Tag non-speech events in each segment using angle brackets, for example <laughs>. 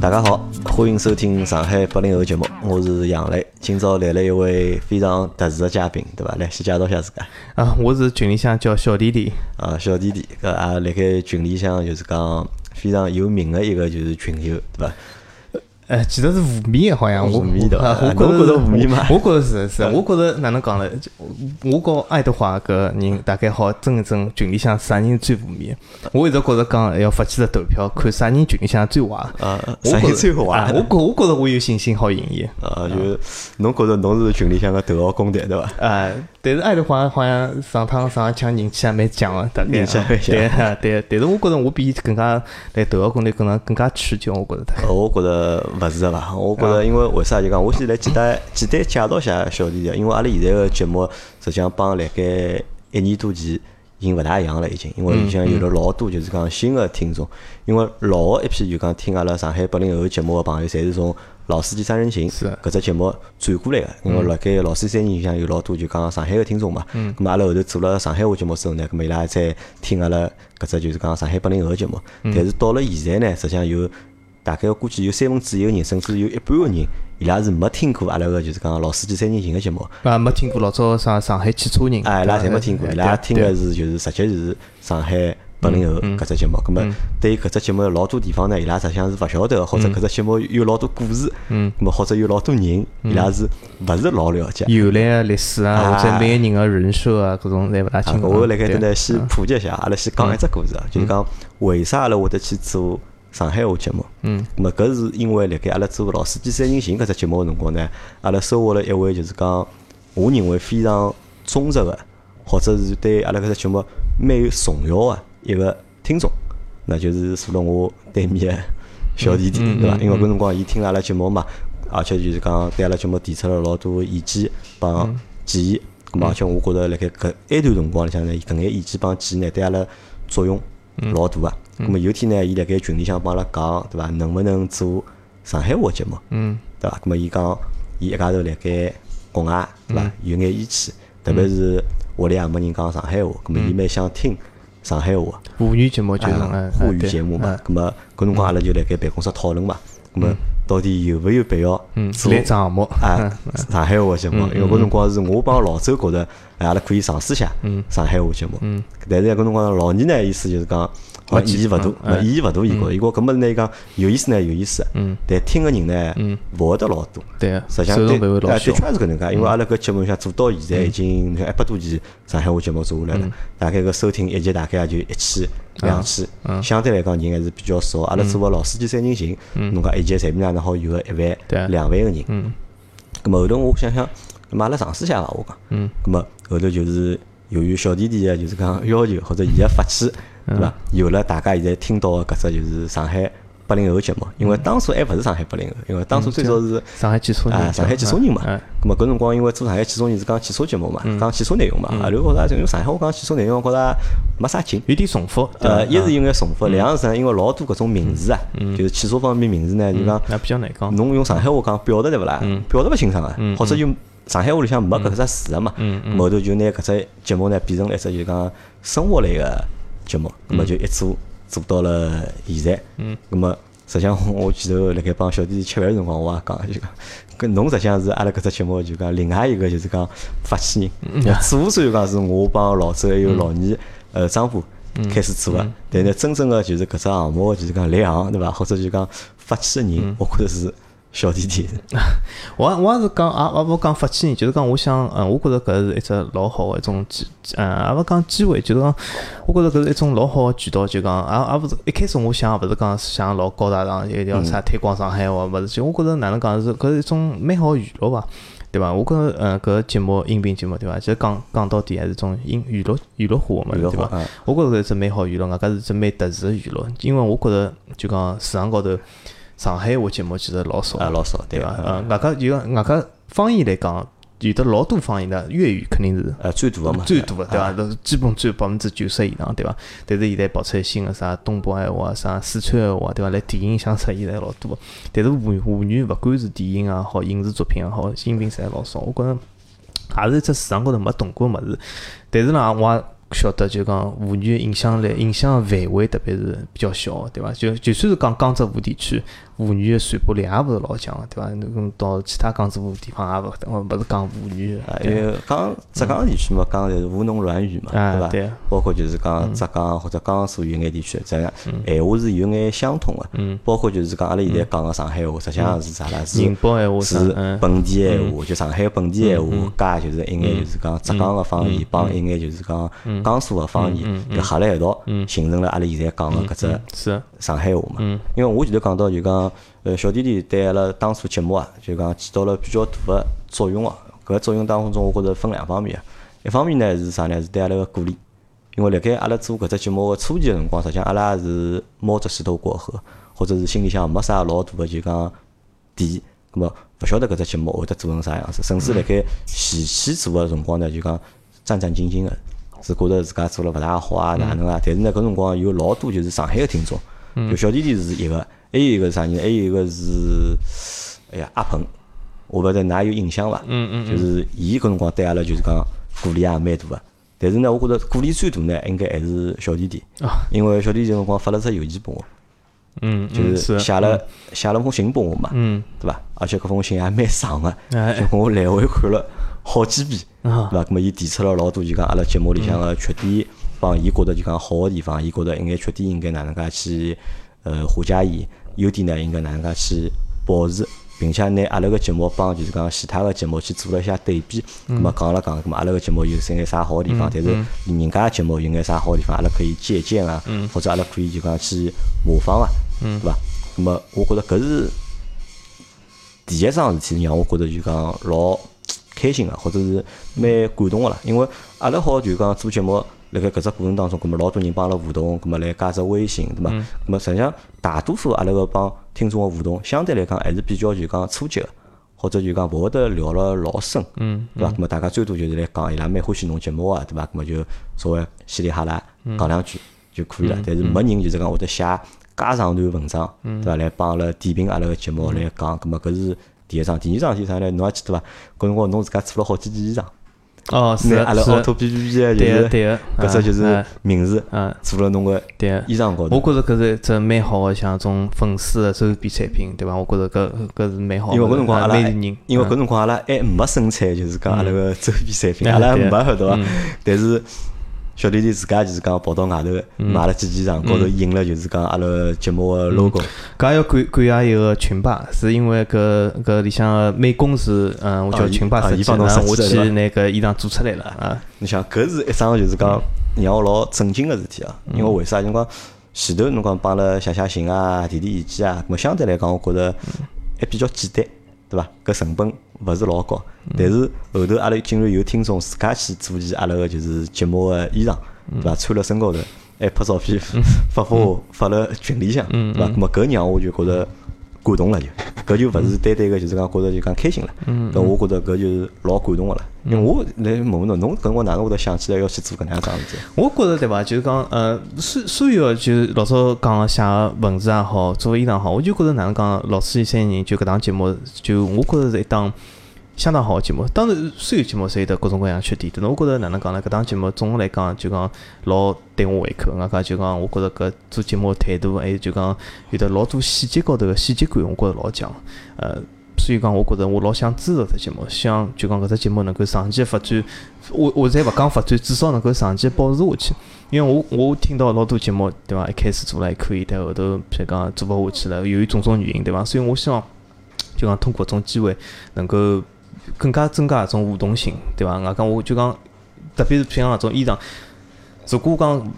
大家好，欢迎收听上海八零后节目，我是杨磊。今朝来了一位非常特殊的嘉宾，对伐？来，先介绍一下自家。啊，我是群里向叫小弟弟，啊，小弟弟，搿也辣盖群里向就是讲非常有名的一个就是群友，对伐？呃，其实是负面的，好像我负面的啊我啊觉侬觉得负面吗我觉着是是，啊我觉着哪能讲呢？就我和爱德华搿人大概好争一争，群里向啥人最负面？我一直觉着讲要发起只投票，看啥人群里向最坏。啊，我啥觉人着最好啊啊？我觉我觉着我有信心好赢伊。啊，就是侬觉着侬是群里向个头号公敌，对伐？啊，但是爱德华好像上趟上一腔人气还蛮强的，大概人啊气还蛮强对啊对，但是我觉着我比伊更加来头号攻略更加更加持久，我觉着他。呃，我觉着勿是的啦，我觉着因为为啥就讲，我先来简单简单介绍一下小弟弟，因为阿拉现在个节目实际上帮辣盖一年多前已经勿大一样了，已经，因为已经有了老多就是讲新个听众，因为老个一批就讲听阿拉上海八零后节目个朋友，侪是从《老司机三人行》是搿只节目转过来个，因为辣盖《老司机三人行》里向有老多就讲上海个听众嘛，嗯，咁阿拉后头做了上海话节目之后呢，咁么伊拉再听阿拉搿只就是讲上海八零后节目，但是到了现在呢，实际上有大概估计有三分之一个人，甚至有一半个人，伊拉是没听过阿拉个就是讲老司机三人行个节目，啊，没听过老早啥上海汽车人，哎，伊拉对侪吧没听过，哎伊拉对嗯听对个是就是直接是上海八零后搿只节目。咁么对于搿只节目老多地方呢，伊拉实际上是勿晓得，嗯或者搿只节目有老多故事，嗯，咁么或者有老多人，嗯伊拉是勿是老了解。由来啊、历史啊，啊或者每个人的人设啊，各种侪勿大啊清，楚。我辣盖对等待先普及一下，阿拉先讲一只故事啊，就是讲为啥阿拉会得去做上海话节目？嗯，咁么搿是因为辣盖阿拉做《老司机三人行》搿只节目个辰光呢，阿拉收获了一位就是讲，我认为非常忠实个，或者是对阿拉搿只节目蛮有崇耀个一个听众，那就是坐辣我对面个小弟弟，对伐？因为搿辰光伊听了阿拉节目嘛，而且就是讲对阿拉节目提出了老多意见帮建议。咁而且我觉着辣盖搿埃段辰光里向呢，搿眼意见帮建议呢，对阿拉作用老大啊。咁么有天呢，伊辣盖群里向帮阿拉讲，对伐？能勿能做上海话节目？嗯，对伐？咁么伊讲，伊一家头辣盖国外，对伐？有眼意见，特别是屋里也没人讲上海话，咁么伊蛮想听上海话。沪语节目就是啊沪哎语节目嘛，咁么搿辰光阿拉就辣盖办公室讨论嘛，咁么到底有勿有必要嗯，做来项目啊嗯上海话节目？因为搿辰光是我帮老周觉着，哎阿拉可以尝试一下嗯上海话节目，但是搿辰光老二呢意思就是讲。好像意义勿大，嗯那意义勿大，伊觉着，伊觉着搿么呢？伊讲有意思呢，有意思，但听个人呢，勿会得老多。嗯对啊，实际上受众对，范围老啊的小嗯确。也是搿能介，因为阿拉搿节目像做到现在已经像一百多期上海话节目做下来嗯了，大概搿收听一集大概也就一千两千，嗯相对来讲人还是比较少。阿拉做个老司机三人行，侬讲一集随便哪能好有个一嗯对啊万两万个人。咁么后头我想想，咁么阿拉尝试一下伐，我讲。嗯。咁么后头就是由于小弟弟个就是讲要求或者伊个发起，嗯对伐？有了大家现在听到个搿只就是上海八零后节目，因为当初还勿是上海八零后，因为当初最早是。 <laughs> 嗯上海汽车啊，人，上海汽车人嘛嗯，咁么搿辰光因为做上海汽车人是讲汽车节目嘛，讲汽车内容嘛，嗯啊，然后觉着用上海话讲汽车内容，觉着没啥劲。有点重复。对吧啊嗯呃，一是有眼重复，两是啥？因为老多搿种名词啊，就是汽车方面名词呢，就讲嗯那比较难讲。侬用上海话讲表达对勿啦？表达勿清爽啊，或者就上海话里向没搿只词个嘛。咁后头就拿搿只节目呢变成了一只就讲生活类个节目，咁么就一做做到了现在。咁么实际上我我前头辣盖帮小弟弟吃饭个辰光，我也讲就讲，搿侬实际上是阿拉搿只节目就讲另外一个就是讲发起人，做虽然讲是我帮老周还有老二呃张波。开始做个，但呢，真正个就是搿只项目，就是讲来行对伐？或者就讲发起个人，我觉着是小弟弟。我我也是讲，也也勿讲发起人，就是讲我想，嗯，我觉着搿是一只老好个一种机，嗯，也勿讲机会，就是讲，我觉着搿是一种老好个渠道，就讲，也也勿是一开始我想也勿是讲想老高大上，一定要啥推广上海嗯话，勿是，就我觉着哪能讲是搿是一种蛮好个娱乐伐。对伐？我觉着，嗯，搿节目音频节目，对伐？其实讲讲到底还是种音娱乐娱乐化个嘛，娱乐对化伐嗯？我觉着搿是蛮好娱乐，外加是只蛮特殊个娱乐，因为我觉着就讲市场高头上海话节目其实老少啊，老少对对伐？伐？呃，外加就讲外加方言来讲，有的老多方言的，粤语肯定是呃，最大个嘛，最多的，对伐？都基本占百分之九十以上，对伐？但是现在爆出来新的啥东北闲话啊、啥四川闲话啊，对伐？来电影像啥现在老多，但是沪沪语勿管是电影也好，影视作品也好，音频侪老少，我觉着。也是一只市场高头没动过个物事。但是呢，我也晓得就讲妇女影响力、影响范围，特别是比较小，对伐？就就算是讲江浙沪地区，沪语个传播力也勿是老强，对伐？侬到其他江浙沪地方也勿勿是讲沪语个，啊，因为江浙江地区嘛，讲就是吴侬软语嘛，啊对伐？对嗯包括就是讲浙江或者江苏有眼地区，这样闲话是有眼相通个。包括就是讲阿拉现在讲个上海话，实际上是啥啦？是嗯宁波闲话是嗯本地闲话，就上海本地闲话，加就是一眼就是讲浙江个方嗯言，帮一眼就是讲江苏个方言，搿合辣一道，嗯形成了阿拉现在讲个搿只是上海话嘛。因为我前头讲到就讲，呃，小弟弟对阿拉当初节目啊，就讲起到了比较大个作用哦、搿个作用当中，我觉着分两方面啊。一方面呢是啥呢？是对阿拉个鼓励，因为辣盖阿拉做搿只节目个初期个辰光，实际上阿拉也是摸着石头过河，或者是心里向没啥老大个就讲底，咁么勿晓得搿只节目会得做成啥样子，甚至辣盖前期做个辰光呢，就讲战战兢兢个。是觉着自家做了勿大好啊，哪能啊？但是呢，搿辰光有老多就是上海个听众，就小弟弟是一个，还有一个是啥人？还有一个是，哎呀，阿鹏，我勿晓得㑚有印象伐？嗯嗯就是伊搿辰光对阿拉就是讲鼓励也蛮大个，但是呢，我觉着鼓励最大呢，应该还是小弟弟，因为小弟弟搿辰光发了只邮件拨我，嗯，就嗯是啊写了写了封信拨我嘛，嗯，对伐？而且搿封信还蛮长个，哎就我来回看了好几遍，对啊嗯伐？咾么伊提出了老多就讲阿拉节目里向个缺点，帮伊觉得就讲好个地方，伊觉得一眼缺点应该哪能介去呃化解伊，优点呢应该哪能介去保持。并且拿阿拉个节目帮就是讲其他个节目去做了一下对比，嗯咁么讲了讲，咁么阿拉个节目有些眼啥好个地方，但是人家个节目有眼啥好个地方，阿拉可以借鉴啊，嗯或者阿拉可以就讲去模仿啊，对伐？咁么我觉着搿是第一桩事体让我觉着就讲老开心个，或者是蛮感动个啦。因为阿拉好就讲做节目，辣盖搿只过程当中，葛末老多人帮阿拉互动，葛末来加只微信，对伐？葛末实际上大多数阿拉个帮听众个互动，相对来讲还是比较就讲初级个。或者就讲勿会得聊了老深，嗯，对伐？咁么大家最多就是来讲，伊拉蛮欢喜侬节目啊，对伐？咁么就稍微稀里哈啦嗯讲两句就可以了。但是没人就是讲会得写介长段文章，嗯对伐？来帮阿拉点评阿拉个节目来讲，咁么搿是第一桩。第二桩事体啥呢？侬还记得伐？搿辰光侬自家做了好几件衣裳，哦是拿阿拉是 auto P P P 就对个是对个，搿只就是啊名字啊做了侬个对个。衣裳高我头。觉着搿是一只蛮好个像种粉丝个周边产品，对伐？我觉着搿搿是蛮好的，因为搿辰光阿啊拉每个人，因为搿嗯辰光阿拉还没生产，就是讲阿拉个周边产品，嗯阿拉还对没晓得啊。但是小弟弟自家就是讲跑到外头嗯买了几件衣裳，高头印了就是讲阿拉个节目个 logo。搿也要感感谢一个群霸，是因为搿搿里向个美工是，嗯，我啊叫伊群霸啊设伊计，帮侬然后设我计的去对拿搿衣裳做出来了啊。你想，搿是一桩就是讲让我老震惊个事体啊！因为为啥？因为讲前头侬讲帮阿拉写写信啊、提提意见啊，咾么相对来讲，我觉着还比较简单，对伐？搿成本勿是老高，但是后头阿拉竟然有听众自家去做件阿拉个就是节目个衣裳，对伐？穿了身高头，还拍照片 <laughs> 发发我发了群里向，对伐？咾么搿让我就觉着。感动了就，搿就勿是单单个就是讲觉着就讲开心了，搿我觉着搿就是老感动个了。因为我来问问侬，侬搿辰光哪能会得想起来要去做搿能样桩事体？我觉着对伐，就是讲，呃，所所有的就是老早讲的写的文字也好，做衣裳也好，我就觉着哪能讲，老师一三人就搿档节目，就我觉着是一档相当好的节目。当然，所有节目侪有得各种各样的缺点，但是我觉着哪能讲呢？搿档节目总的来讲，就讲老对我胃口。外加就讲，我觉着搿做节目的态度，还有哎就讲有得老多细节高头个细节感，我觉着老强。呃，所以讲，我觉着我老想支持搿只节目，希望就讲搿只节目能够长期发展。我我侪勿讲发展，至少能够长期保持下去。因为我我听到老多节目，对伐？一开始做了还可以，但后头譬如讲做勿下去了，由于种种原因，对伐？所以我希望就讲通过搿种机会，能够更加增加搿种互动性，对伐？外加我就讲，特别是譬如讲搿种衣裳，如果讲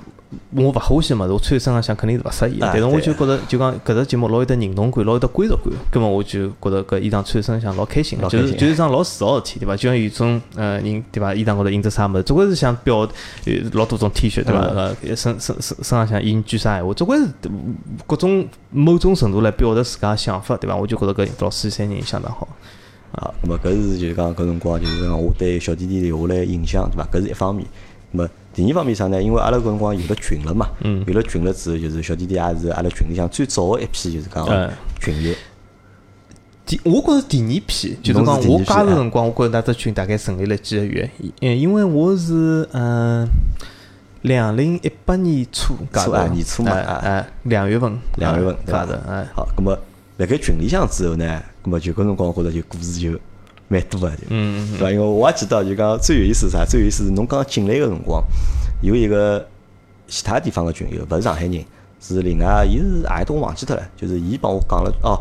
我勿欢喜个物事，我穿在身浪向肯定是勿适宜的。啊但是我对就觉着，就讲搿只节目老有得认同感，老有得归属感，葛末我就觉着搿衣裳穿在身上老开心的，老就开是心就是一桩老自豪的事体，对伐？就像有种呃人对伐，衣裳高头印着啥物事，总归是想表呃老多种 T 恤对伐？嗯呃，身身身身上向印句啥闲话，总归是各种某种程度来表达自家的想法，对伐？我就觉着搿老师三人相当好。啊，咁么搿是就是讲搿辰光就是讲我对小弟弟留下来影响，对伐？搿是一方面。咁么第二方面啥呢？因为阿拉搿辰光有了群了嘛，有了群了之后，就是小弟弟也是阿拉群里向最早个一批，就是讲嗯群友。第，我觉着第二批，就是侬是讲第二我批加入啊辰光，我觉着㑚只群大概成立了几个月，因呃因为我是嗯两零一八年初加入初啊的，年初嘛哎啊哎，两月份，两月份对加吧入，哎，好，咁么辣盖群里向之后呢，葛么就搿辰光觉着就故事就蛮多个，就，嗯对伐？因为我也记得就讲最有意思是啥？最有意思是侬刚进来个辰光，有一个其他地方个群友，勿是上海人，是另外，伊是阿里搭我忘记脱了，就是伊帮我讲了哦，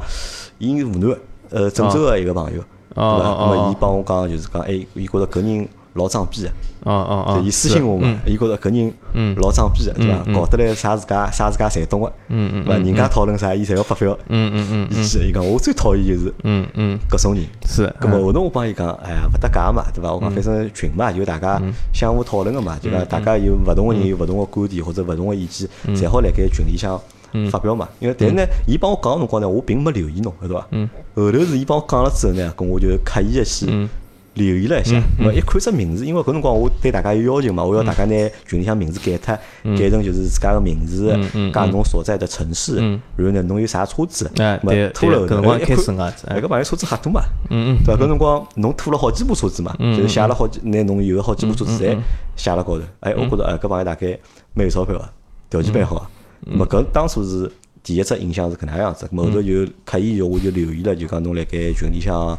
伊是湖南的，呃，郑州个一个朋友，对哦伐？葛哦么哦伊帮我讲就是讲，哎，伊觉着搿人老装逼个。哦哦就哦，伊私信我嘛，伊觉着搿人嗯老装逼个，对伐？搞得来啥自家啥自家侪懂个，对伐？人家讨论啥，伊侪要发表嗯嗯嗯意见。伊讲我最讨厌就是嗯嗯，搿种人。是，咁么后头我帮伊讲，哎呀，勿搭界嘛，对伐？嗯我讲反正群嘛，就大家相互讨论个嘛，对伐？大家有勿同个嗯人有勿同个观点或者勿同个意见，侪好辣盖群里向嗯发表嘛。因为但是呢，伊帮我讲个辰光呢，我并没留意侬，晓得伐？嗯后头是伊帮我讲了之后呢，咁我就刻意个去。留意了一下，嗯咁么一看只名字，因为搿辰光我对大家有要求嘛，我要大家拿群里向名字改脱，嗯改成就是自家个名字，加侬所在的城市，然后呢侬有啥车子，嗯哎咁么对拖了对后搿辰头光哎一开始看眼子哎搿朋友车子瞎多嘛，对伐？搿辰光侬拖了好几部车子嘛，就是写了好几，拿侬有的好几部车子侪写了高头。哎，我觉着哎，搿朋友大概蛮有钞票个，条件蛮好啊。咹搿当初是第一只印象是搿能样子，咹后头就刻意就我就留意了，就讲侬辣盖群里向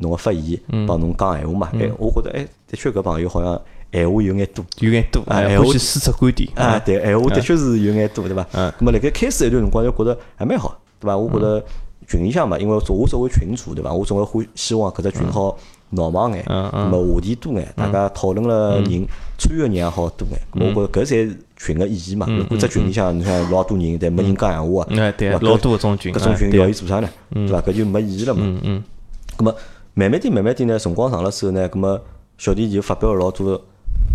侬个发言，帮侬讲闲话嘛。哎，我觉着哎，的确搿朋友好像闲话有眼多。有眼多，哎哎，我欢喜输出观点，啊，对，闲话的确是有眼多，对伐？嗯咁么辣盖开始一段辰光，就觉着还蛮好，对伐？我觉着群里向嘛，因为作我作为群主，对伐？我总归欢希望搿只群好闹忙眼，嗯咁么话题多眼，大家讨论了人参与个人也好多眼。咁么我觉着搿才是群个意义嘛。如果只群里向你像老多人，但没人讲闲话啊，嗯哎对伐老多搿种群搿种哎群对要伊做啥呢？对伐？搿就没意义了嘛。嗯嗯咁么慢慢点，慢慢点呢，辰光长了之后呢，咁么小弟就发表了老多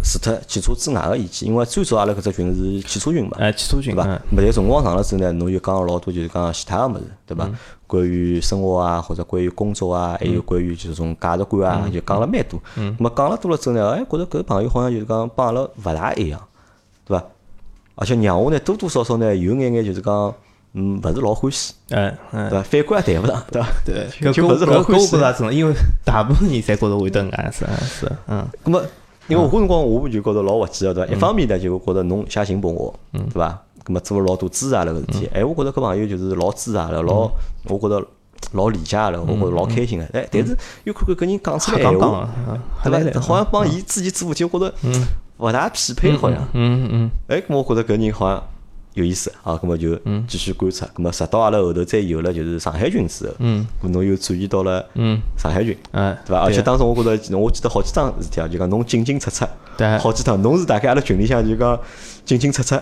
除脱汽车之外个意见，因为最早阿拉搿只群是汽车群嘛，哎，汽车群对伐哎？咁但辰光长了之后呢，侬又讲了老多就是讲其他个物事，对嗯伐？关于生活啊，或者关于工作啊，还有关于就是种价值观嗯啊，就讲了蛮多。咁么讲了多了之后呢，哎，觉着搿朋友好像就是讲帮阿拉勿大一样，对伐？而且让我呢多多少少呢有眼眼就是讲，嗯，勿是老欢喜，哎哎对。伐？反过来谈勿 <laughs> 上，对伐？就对，搿就勿是老搿欢搿我喜觉。着真的，因为大部分人侪觉着会得眼是啊是啊，嗯咁么，因为我搿辰光我就觉着老滑稽个，对伐？一方面呢，就觉着侬写信拨我，嗯对伐？咁么做了老多支持阿拉搿事体，哎，我觉着搿朋友就是老支持阿拉，嗯老我觉着老理解阿拉，我觉着老开心个。哎，但嗯是又看看搿人讲出来瞎闲讲讲话啊啊，瞎来对伐？来好像帮伊自己做就觉着勿大匹配，好像。嗯嗯哎，咁我觉着搿人好像有意思啊，咁么就嗯继续观察。咁么直到阿拉后头再有了就是上海群之后，嗯，侬又转移到了嗯上海群，哎对伐？而且对当时我觉着，我记得好几桩事体啊，就讲侬进进出出对，好几趟，侬是大概阿拉群里向就讲进进出出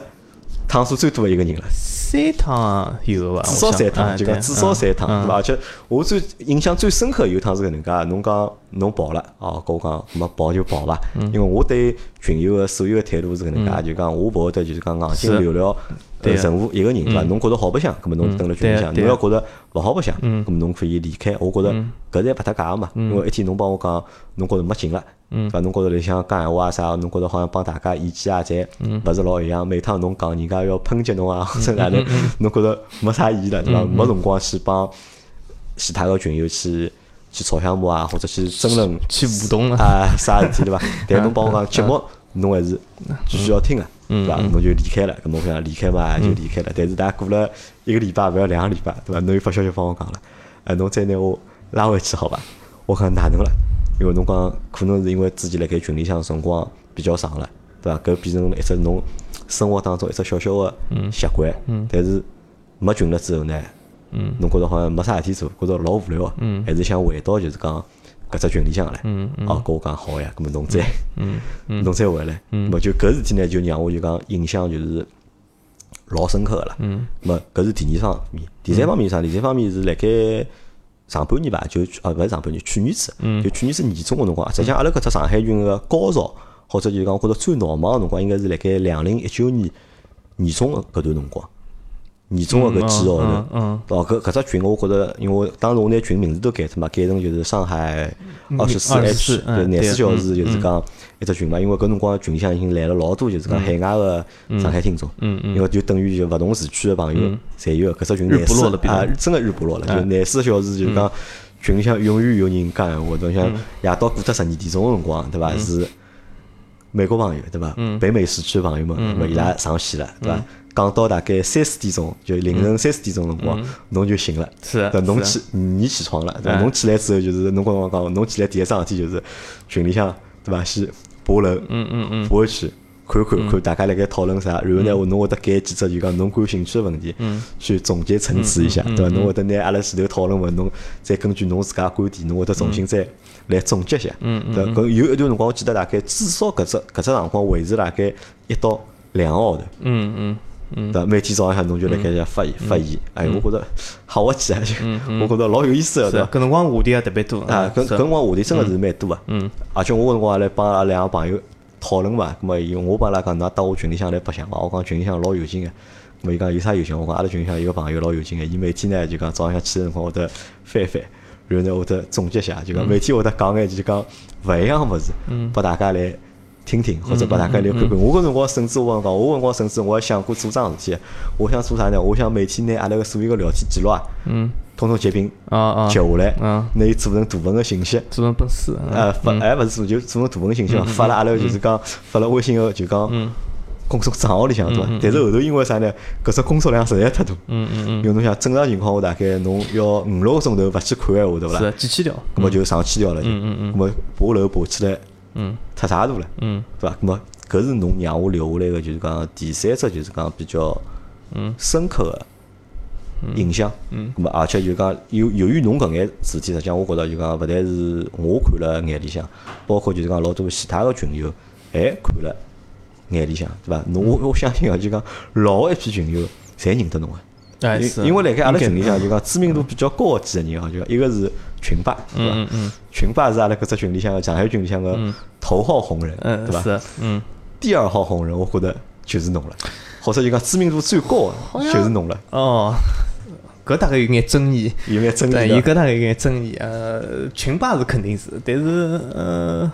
趟数最多的一个人了。啊三趟有伐？至少我想三趟，哎就对讲至少三趟，嗯对伐？而且我最印象最深刻有一趟是搿能介，侬讲侬跑了，哦，跟我讲，没跑就跑伐，嗯因为我对群友的所有的态度是搿能介，就讲我勿会得就是讲硬是劲留了。呃对啊任何一个人对伐？侬觉着好白相，葛末侬蹲辣群里对啊向；对侬啊嗯要觉着勿好白相，葛末侬可以离开。我觉着搿侪勿搭界啊个嘛，因为一天侬帮我讲，侬觉着没劲了，对嗯伐？侬觉着里向讲闲话啊啥，侬觉着好像帮大家意见啊，侪嗯勿是老一样。每趟侬讲，人家要抨击侬啊，或者哪 <laughs> 能，侬觉着没啥意义了，对嗯伐？没辰光去帮其他个群友去去吵相骂啊，或者去争论去互动了嗯啊啥事体 <laughs> 对伐？但侬帮我讲节目，侬还是继续要听个，对伐？侬就离开了，咁我想离开嘛嗯就离开了。但是大家过了一个礼拜，勿要两个礼拜，对伐？侬又发消息帮我讲了，哎，侬再拿我拉回去好伐？我讲哪能了？因为侬讲可能是因为之前辣盖群里向辰光比较长了，对伐？搿变成了一只侬生活当中一只小小个嗯习惯，但是没群了之后呢，嗯，侬觉着好像没啥事体做，觉着老无聊啊，嗯，还是想回到就是讲搿只群里向来，嗯嗯，哦，跟我讲好呀，搿么侬再，嗯嗯， <laughs> 侬再回来，嗯，么就搿事体呢，就让我就讲印象就是老深刻个啦，嗯，么搿是第二方面，第三方面是嗯啥？第三方面是辣盖。上半年吧，就啊勿是上半年，去年子，嗯就去年子年中个辰光，实际上阿拉搿只上海群个高潮，或者就是讲觉着最闹忙个辰光，应该是辣盖两零一九年年中个搿段辰光，年中个搿几个号头嗯，嗯哦，搿搿只群我觉着，因为当时我拿群名字都改脱嘛，改成就是上海嗯二十四 H， 24就是嗯廿四对小时，就是讲一只群嘛。因为搿辰光群里向已经来了老多，就是嗯讲海外个上海听众，因为就等于就勿同时区个朋友侪有。搿只群嗯日廿四不落了哎变啊成，真个日不落了，就廿四小时就是嗯讲群里向永远有人讲闲话，侬像夜到过脱十二点钟个辰光，对伐？嗯嗯是。美国朋友对伐？北美市区朋友们，咁么伊拉上线了对伐？讲到大概三四点钟，就凌晨三四点钟辰光，侬就醒了，嗯是对，侬是起你起床了，对伐？侬起来之后就是侬跟我讲，侬起来第一桩事体就是群里向对伐？先爬楼，嗯嗯嗯，爬下去。看看看，大家辣盖讨论啥，然后呢，我侬会得拣几只就讲侬感兴趣个问题，去总结陈词一下，对伐？侬会得拿阿拉前头讨论文，侬再根据侬自家观点，侬会得重新再来总结一下，对伐？搿有一段辰光，我记得大概至少搿只搿只辰光维持大概一到两个号头，嗯嗯嗯对伐？每天早浪向侬就辣盖这发言发言，哎，我觉着好滑稽啊，就我觉着老有意思个，是对伐？搿辰光话题也特别多啊，搿搿嗯是辰光话题真个是蛮多啊。嗯。而且我搿辰光也来帮阿拉两个朋友讨论嘛，葛末伊我帮阿拉讲，㑚到我群里向来白相伐？我讲群里向老有劲个。葛末伊讲有啥有啊劲？我讲阿拉群里向有个朋友老有劲个，伊每天呢就讲早浪向起来辰光会得翻一翻，然后呢会得总结一下，就讲每天会得讲眼就讲勿一样个物事，拨大家来。听听，或者拨大家来看看。我搿辰光甚至我讲，我搿辰光甚至我还想过做桩事体。我想做啥呢？我想每天拿阿拉个所有个聊天记录啊，嗯，统统截屏啊啊截下来，啊拿伊做成大文个信息，做成本书，嗯呃，发还勿是做，就做成大文信息嘛，发了阿拉就是讲发了微信个就讲嗯公众账号里向对伐？但是后头因为啥呢？搿只工作量实在太大，嗯嗯因为侬想正常情况下大概侬要五六个钟头勿去看闲话对勿啦？是几千条，咁么就上去掉了，就，咁么爬楼爬起来，嗯，太差度了，嗯，对伐？咁么搿是侬让我留下来个，就是讲第三只，就是讲比较，嗯，深刻个印象，嗯，咁么而且就讲由由于侬搿眼事体，实际上我觉着就讲勿但是我看了眼里向，包括就是讲老多其他个群友还看了眼里向，对伐？嗯侬我我相信啊，就讲老一批群友侪认得侬个。哎是因因为辣盖阿拉应该群里向就讲知名度比较高个几个人啊，就讲一个是群霸，对嗯伐？群霸是阿拉搿只群里向个上海群里向个头号红人，嗯对伐？是嗯。第二号红人，我觉得就是侬了，或者就讲知名度最高个就是侬了，哦，搿大概有眼争议，有眼争议对，有的。搿大概有眼争议。呃，群霸是肯定是，但是呃，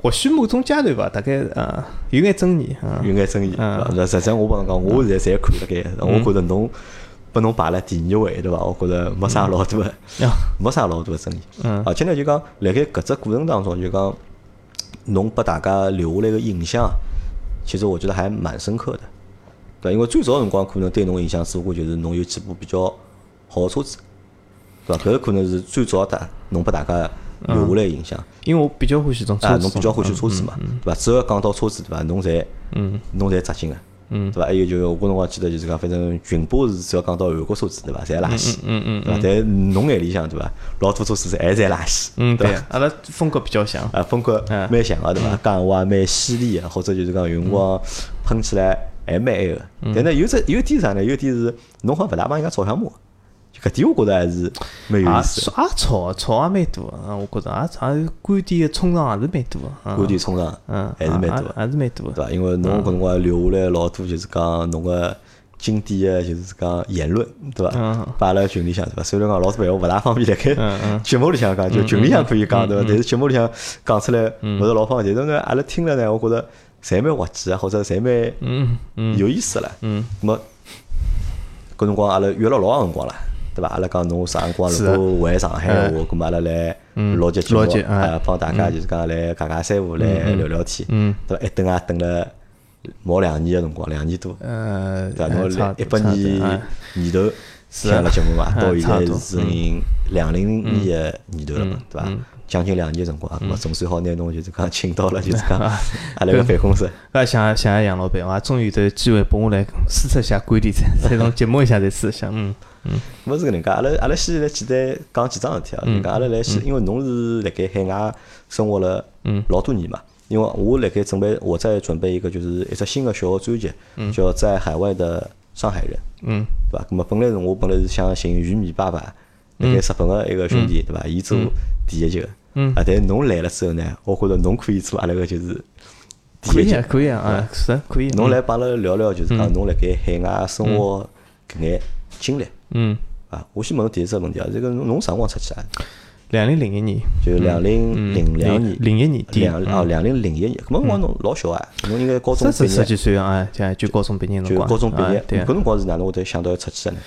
或许某种阶段吧，大概呃有眼争议啊。有眼争议，对嗯伐？那实际上我帮侬讲，我现在侪看了该，我觉着侬拨侬排了第二位，对伐？我觉着没啥老大 <laughs> 个，啊 <laughs> 没啥老大个争议。嗯而且呢，就讲辣盖搿只过程当中，就讲侬拨大家留下来个印象，其实我觉得还蛮深刻的，对吧，因为最早的辰光可能对侬印象只不过就是侬有几部比较好个车子，对伐？搿可能是最早的侬拨大家留下来个印象。因为我比较欢喜这种车啊，子，嗯侬比较欢喜车子嘛，对伐？只要讲到车子，对伐？侬侪，嗯，侬侪扎劲个，嗯，对伐？还有就是我搿辰光记得就是讲，反正群播是只要讲到韩国车子，对伐？侪垃圾，嗯嗯，对伐？但侬眼里向对伐？老多车子是还侪垃圾，嗯，对伐？，阿拉风格比较像。啊，风格嗯嗯蛮像个对伐？讲闲话也啊蛮犀利个，或者就是讲有辰光喷起来还蛮埃个。但呢，有只有一点啥呢？有一点是侬好像勿大帮人家吵相骂，就搿点我觉着还是蛮有啊，意思的。吵也吵，吵也蛮多的，啊我觉着啊，也观点的冲撞也是蛮多的，啊观点冲撞嗯，还是蛮多啊个。啊还是蛮啊多的。对伐？因为侬搿辰光留下来老多，就是讲侬个经典个，就是讲言论，对伐嗯？摆辣群里向，对伐？虽然讲老多闲话勿大方便辣嗯盖节目里向讲，就群里向可以讲，对伐？但是节目里向讲出来嗯勿是老方便，但是呢，阿拉听了呢，我觉着侪蛮滑稽啊，或者侪蛮嗯嗯有意思了。嗯，那么搿辰光阿拉约了老长辰光了。对伐？阿拉讲侬啥辰光是啊嗯如果回上海的话，咁阿拉来录节节目录节，哎啊，帮大家就是讲来尬尬三胡来聊聊天。嗯，对伐？一等啊等了毛两年个辰光，两年多，呃，对伐？啊哎侬差来不一多八差不年年头听阿拉节目嘛，多哎是哎到现差在不多嗯是人两零年个年头了嘛，对伐？将近两年的辰光，嗯咁么总算好拿侬就是讲 <laughs> 请 <laughs> 到了，就是讲阿拉个办公室。搿也谢谢杨老板，我也终于有机会拨我来试测一下观点，再再从节目一下再试一下。嗯，勿是搿能介，阿拉阿拉先来简单讲几桩事体啊。嗯就讲阿拉来先，因为侬是辣盖海外生活了嗯老多年嘛。因为我辣盖准备，我在准备一个就是一只新个小个专辑，叫《在海外的上海人》。嗯，对伐？咁么本来是我本来是想寻鱼米爸爸，辣嗯盖日本个一个兄弟，对伐？伊做第一集个。嗯。啊，但是侬来了之后呢，我觉着侬可以做阿拉个就是第可一以集啊，。嗯可以啊，啊，是可以啊。侬来帮阿拉聊聊，就是讲侬辣盖海外生活搿眼经历。嗯，啊，我先问侬第一只问题啊，这个侬侬啥辰光出去啊？两零零一年，就两零零两年，嗯零一年底两哦两零零一年，搿么辰光侬老小啊，侬应该高中三毕十十业，几岁啊，哎，就高中毕业辰就光，高中毕业啊，对搿啊。辰光是哪能会得想到要出去的呢？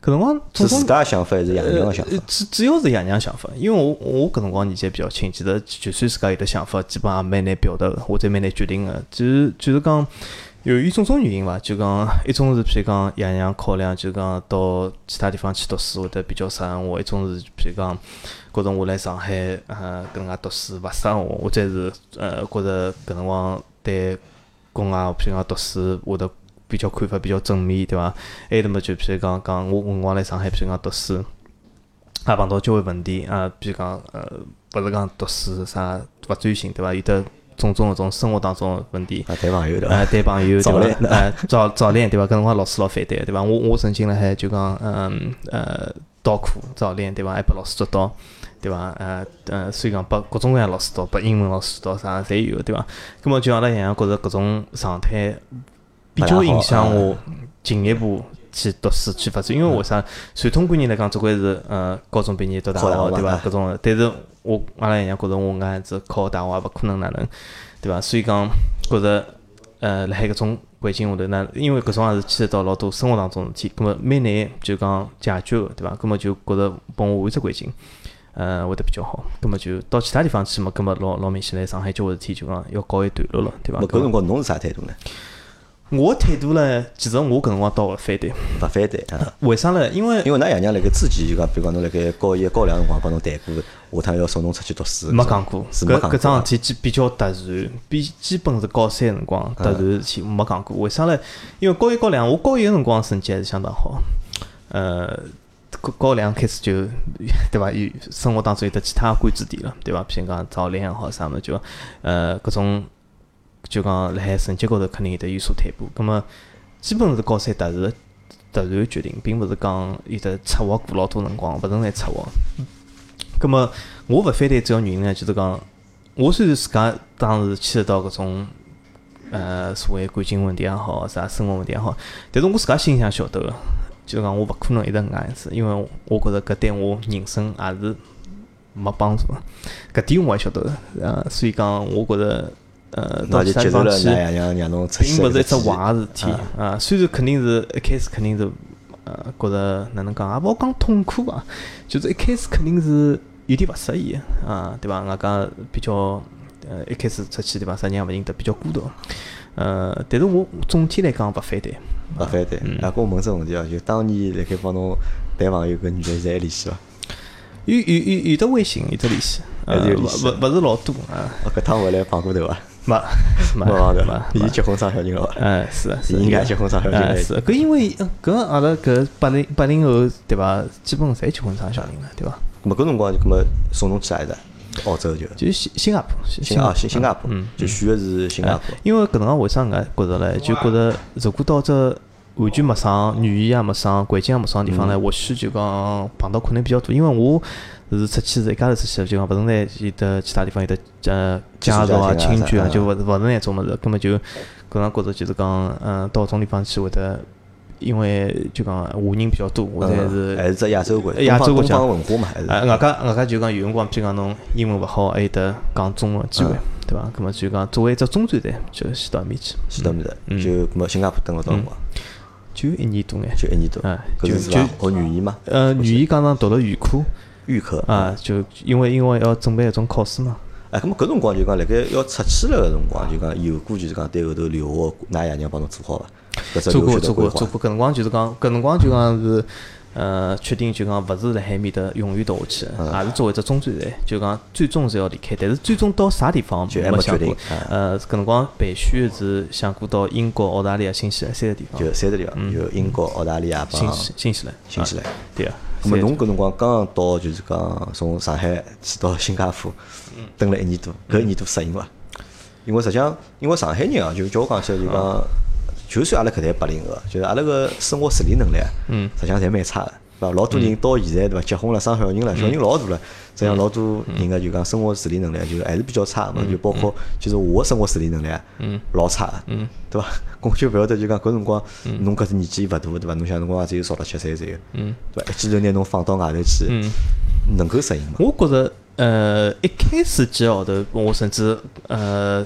搿辰光是总自共家的想法还是爷娘呃个想法？主主要是爷娘想法，因为我我搿辰光年纪还比较轻，其实就算自家有的想法，基本上也蛮难表达，或者蛮难决定个。就是就是讲，由于种种原因伐，就讲一种是譬如讲爷娘考量，就讲到其他地方去读书会得比较适合我；一种是譬如讲觉着我来上海呃搿能介读书勿适合我，或者是呃觉着搿辰光对国外譬如讲读书会得比较看法比较正面，对伐？还有那么就譬如讲讲我我辰光来上海譬如讲读书，也啊碰到交关问题啊，譬如讲呃勿是讲读书啥勿专心，对伐？有得种种搿种生活当中的问题。啊，谈朋友对伐？呃，对朋 <laughs> 友早对恋伐？呃，早早恋对伐？搿辰光老师老反对对伐？我我曾经辣海就讲，嗯呃，逃课早恋对伐？还被老师抓到对伐？呃呃，所以讲被各种各样老师抓，被英文老师抓啥侪有对伐？葛末就阿拉爷娘觉着搿种状态比较影响我进一步。去读书去发展，因为为啥？传统观念来讲，总归是呃，高中毕业读大考大学学对伐嘛？搿种的。但是我阿拉爷娘觉着我搿样子考大学也勿可能哪能，对伐？所以讲觉着呃，辣海搿种环境下头呢，因为搿种也是牵涉到老多生活当中的事体，葛末蛮难就讲解决个，对伐？葛末就觉着帮我换只环境，呃，会得比较好。葛末就到其他地方去嘛，葛末老老明显来上海交关事体就讲要告一段落了，对伐？咾搿葛辰末光侬是啥态度呢？我态度呢，其实我搿辰光倒勿反对，勿反对啊，为啥呢？因为因为㑚爷娘辣盖之前就讲，比如讲侬辣盖高一、高两辰光帮侬谈过，下趟要送侬出去读书，没讲过，是搿没讲搿过桩啊。事体基比较突然，比基本是高三的辰嗯光突然事体没讲过。为啥呢？因为高一高两，我高一个辰光成绩还是相当好，呃，高高两开始就 <laughs> 对伐？有生活当中有得其他关注点了，对伐？譬如讲早恋也好啥物事，就呃搿种就讲辣海成绩高头肯定有得有所退步。葛么基本是高三突然突然决定，并勿是讲有得策划过老多辰光，勿存在策划。咁么我勿反对主要原因呢，就是讲，我虽然自家当时牵涉到搿种呃所谓感情问题也好，啥生活问题也好，但是我自家心里向晓得个，就是讲我勿可能一直搿能样子，因为我觉着搿对我人生也是没帮助的，搿点我也晓得个，呃，所以讲我觉着呃到那其就他接受地方了去㑚。爷娘让侬出去并的勿搿是一只个机坏事体啊。虽然肯定是一开始肯定是呃觉着哪能讲，也勿好讲痛苦吧，就是一开始肯定是有点勿适意的啊，对伐？外加比较呃一开始出去对伐，啥人也勿认得，比较孤独。呃，但是我总体来讲勿反对，勿反对。嗯啊，跟我问只问题啊，就当年辣盖帮侬谈朋友搿女的现在还联系伐？有有有有得微信，有得联系，呃还是有勿联系勿勿是老多啊，啊，搿趟回来碰过头伐？啊没 <laughs> 没没碰头没伐，。伊结婚生小人了伐？哎，是的是的，应该结婚生小人哎了是的，搿因为呃搿阿拉搿八零八零后对伐，基本侪结婚生小人了，对伐？咾搿辰光就搿么送侬去阿里搭？澳洲就就是新新加坡，新新啊新新加坡。坡嗯，就选个是新加坡嗯哎。因为搿能介为啥搿能介觉着唻？就觉着如果到只完全陌生、语言也陌生、环境也陌生的地嗯方呢，或许就讲碰到困难比较大。因为我是出去是一家头出去的，就讲勿存在有得其他地方有得呃寄宿家家族啊、庭啊啥亲眷啊，嗯就勿勿是那种物事。根本就搿能介觉着就是讲，嗯，到搿种地方去会得，因为就讲华人比较多，或者嗯是还是只亚洲国家，亚洲东国方家东方文化嘛，还是呃，外加外加就讲有辰光，譬如讲侬英文勿好，还有得讲中文的机会嗯，对伐？咁么就讲作为一只中转站，就先到埃面去，是到面搭，嗯就搿么新加坡等了多少辰光？就一年多眼。就一年多哎。搿就是是伐就学语言嘛，呃，语言讲上读了预科预科。啊，就因为因为要准备一种考试嘛，哎，搿么搿辰光就讲，辣盖要出去了个辰光，就讲有过就是讲对后头留学，㑚爷娘帮侬做好伐？搿只留做过学的做规过做划。过，搿辰光就是讲，搿辰光就讲是，呃，确定就讲勿是辣海面搭永远读下去嗯的，也是作为一只中转站，就讲最终是要离开，但是最终到啥地方就还没想决定啊过。呃，搿辰光培训是想过到英国、澳大利亚、新西兰三个地方，就三个地方，嗯就英国、澳大利亚新帮西新西兰，新西兰啊，对啊。咁么三个侬搿辰光刚刚到，就是讲从上海去到新加坡，蹲了一年多，嗯搿一年多适应伐？因为实际上，因为上海人啊，就叫我讲起来就嗯讲，就算阿拉搿代八零后啊，就是阿拉个生活自理能力，嗯，实际上侪蛮差个，对伐？老多嗯人到现在对伐？结婚了，生小人了，小人老大了，实际上老多嗯人个就讲生活自理能力就还是比较差个嘛，就包括就是我的生活自理能力，嗯，老差个，嗯，对伐？ <laughs> 我就勿晓得就讲搿辰光，嗯侬搿只年纪勿大对伐？侬像辰光也只有十六七岁左右，嗯，对伐？一记头拿侬放到外头去，能够适应嘛？嗯我觉着，呃，一开始几个号头，我甚至呃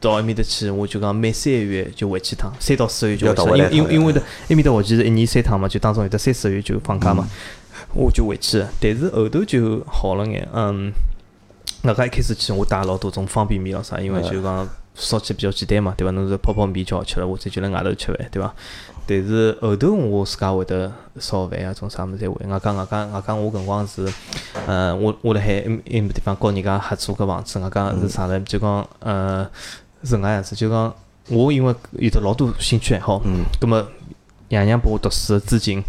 到埃面搭去，我就讲每三个月就回去一趟，三到四个月就要回倒去回一来趟，一因为趟因因为的埃面搭学期是一年三趟嘛，就当中有得三四个月就放假嘛，我就回去了。但是后头就好了眼，嗯。外加一开始去，我带老多种方便面咯啥，因为就讲烧起比较简单嘛，对伐？侬是泡泡面叫好吃了，或者就辣外头吃饭，对伐？但是后头我自家会得烧饭啊，种啥物事侪会。外加外加外加我搿辰光是，呃，我我辣海埃埃面地方跟人家合租搿房子，外加是啥呢？就讲呃是搿能样子，就讲我因为有得老多兴趣爱好，嗯，葛末爷娘拨我读书的资金，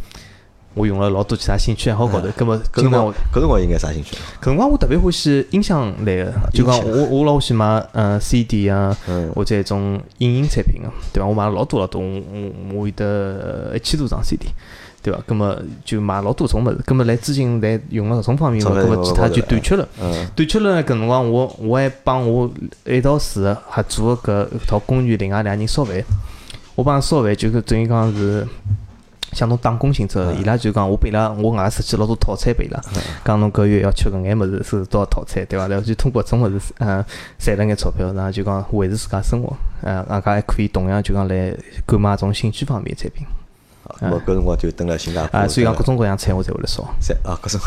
我用了老多其他兴趣爱好高头，葛末搿辰经常光搿辰光应该啥兴趣？搿辰光我特别欢喜音响类的，就讲音响我我老欢喜买呃 CD 啊，嗯或者一种影音产品啊，对伐？我买了老多老多，我我我会得呃一千多张 CD。对伐？葛末就买老多种物事，葛末来资金来用了搿种方面嘛，钞票葛末用其了他高头就短缺了。嗯短缺了搿辰光，我我还帮我一道住的合租的搿套公寓，另外两个人烧饭。我帮伊烧饭，就是等于讲是像侬打工性质的，伊拉就讲我拨伊拉，我外加设计老多套餐拨伊拉，讲侬搿月要吃搿眼物事是多少套餐，对伐？然后就通过搿种物事， <laughs> 嗯，赚了眼钞票，然后就讲维持自家生活，呃，外加还可以同样就讲来购买种兴趣方面的产品，好啊咾么搿辰光就蹲辣新加坡啊，所以讲各蹲种各样菜我侪会来烧，辣在啊搿种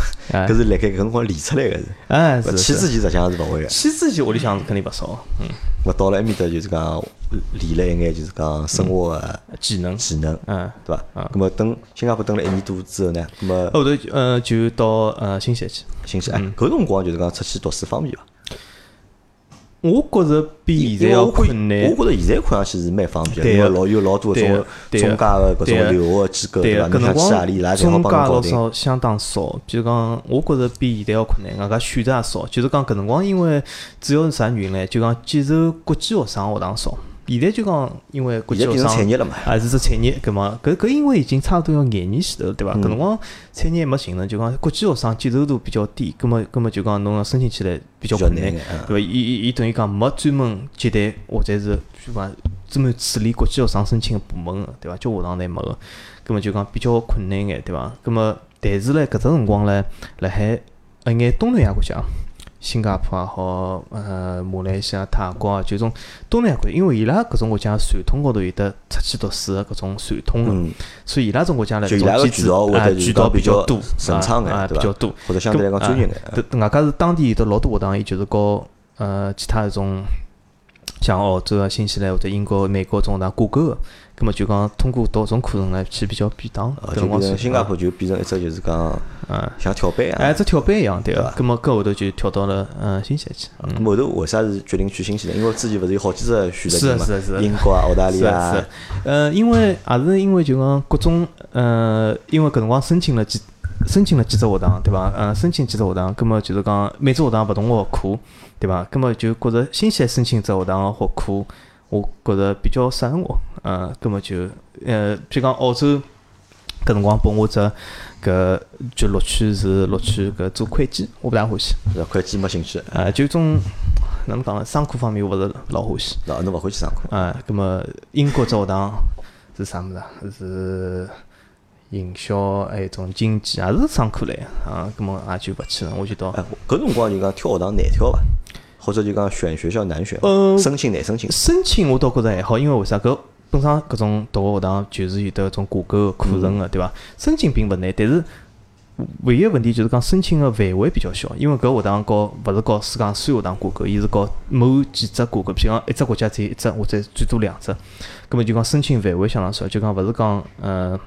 <laughs> 哎搿是辣盖搿辰光练出来个是。哎，勿去是是。之前实际上是勿会个，去之前屋里向是肯定勿少，嗯，我到了埃面搭就是讲练了一眼就是讲生活个技能，技能，嗯。对伐？咁么等新加坡等了一年多之后呢，咁么后头呃就到呃新西兰去。新西嗯兰搿辰光就是讲出去读书方便伐？我觉着比因现为在要我觉困难我。觉着现在看上去是蛮方便的，对因为个老有老多搿对种个对个中介个搿对种个留学个机构，对伐？啊个，侬搿想辰去阿里伊拉光侪好帮侬中介搞老定。少相当少，比如讲，我觉着比现在要困难，外加选择也少。就是讲搿辰光，因为主要是啥原因呢？就讲接受国际学生学堂少。现在就讲，因为国际现在学变成生产业了嘛？啊，是只产业，搿么搿搿因为已经差勿多要廿年前头了，对伐？搿辰光产业没形成，就讲国际学生接受度比较低，搿么搿么就讲侬要申请起来比较比较困难难的嗯，对伐？伊伊伊等于讲没专门接待或者是就讲专门处理国际学生申请个部门个，对伐？叫学堂侪没个，搿么就讲比较困难眼，对伐？搿么但是呢，搿只辰光呢，辣海一眼东南亚国家。新加坡也好，呃，马来西亚、泰国啊，就种东南亚国家，因为伊拉搿种国家传统高头有得出去读书的搿种传统的，嗯，所以伊拉种国家呢，就伊种拉个机渠制道会啊得就渠道比较多，顺畅啊眼啊对比吧较多，或者相对来讲专业眼搿么啊外加是当地有得老多学堂，伊就是和呃其他一种像澳洲啊、新西兰或者英国、美国种学堂挂钩个，葛么就讲通过读种课程呢去比较便当，呃就搿辰变光成是新加坡就变成一只就是讲啊，像跳板一哎，样。只跳板一样对对个吧，葛么搿后头就跳到了呃新西兰去，嗯咁后头为啥是决定去新西兰？因为之前勿是有好几只选择是地的嘛是的是，的英国啊、澳大利是亚啊是啊啊，，呃，因为也是因为就讲各种呃，因为搿辰光申请了几申请了几只学堂，对伐？呃，申请几只学堂，葛么就是讲每只学堂勿同个学科，对伐？葛么就觉着新西兰申请一只学堂个学科，我觉着比较适合我，呃，葛么就呃，譬如讲澳洲。搿辰光拨我只搿就录取是录取搿做会计，我勿大欢喜。是吧会计没兴趣，呃，就种哪能讲呢？商科方面我勿是老欢喜。喏，侬勿欢喜上课。啊，咁么英国只学堂是啥物事啊？是营销，还有一种经济，也是商科类的啊。咁么也就勿去了，我就到哎，搿辰光就讲跳学堂难跳伐？或者就讲选学校难选伐，呃申请难申请。申请，我倒觉着还好，因为为啥？搿本身搿种读个学堂就是有得搿种挂钩的课程个，对伐？申请并勿难，但是唯一问题就是讲申请个范围比较小，因为搿学堂和勿是和世界所有学堂挂钩，伊是和某几只挂钩，譬如讲一只国家只有一只或者最多两嗯只，葛末就讲申请范围相当少，就讲勿是讲呃，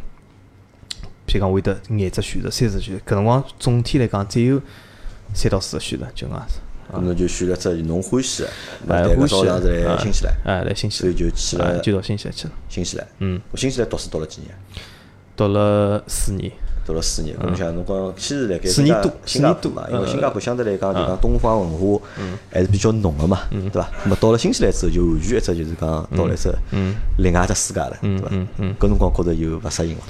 譬如讲会得廿只选择、三十选择，搿辰光总体来讲只有三到四个选择，就搿能介咁侬就选了只侬欢喜的，哎但搿欢只学喜堂是来哎新西兰，哎，来新西所以兰，就去哎了就到新西兰去呃了。新西兰。嗯，我新西兰读书读了几年？读了四年，读了四年。侬想侬讲，其实辣盖四新加年多新加四坡年多嘛，因为嗯新加坡相对来讲就讲东方文化还是比较浓个嘛，对伐？那么到了新西兰之后，就完全一只就是讲到了一只另外一只世界了，对伐？搿辰光觉着有勿适应伐？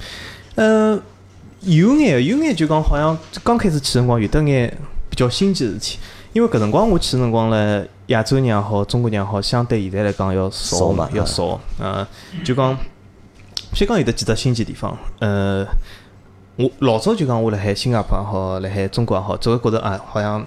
呃，有眼有眼就讲好像刚开始去辰光有得眼比较新奇的事体，因为搿辰光我去的辰光呢，亚洲人也好，中国人也好，相对现在来讲要少少嘛要嗯少，呃，就讲，先讲有得几只新奇地方，呃。我老早就讲我辣海新加坡也好，辣海中国也好，总归觉着啊，好像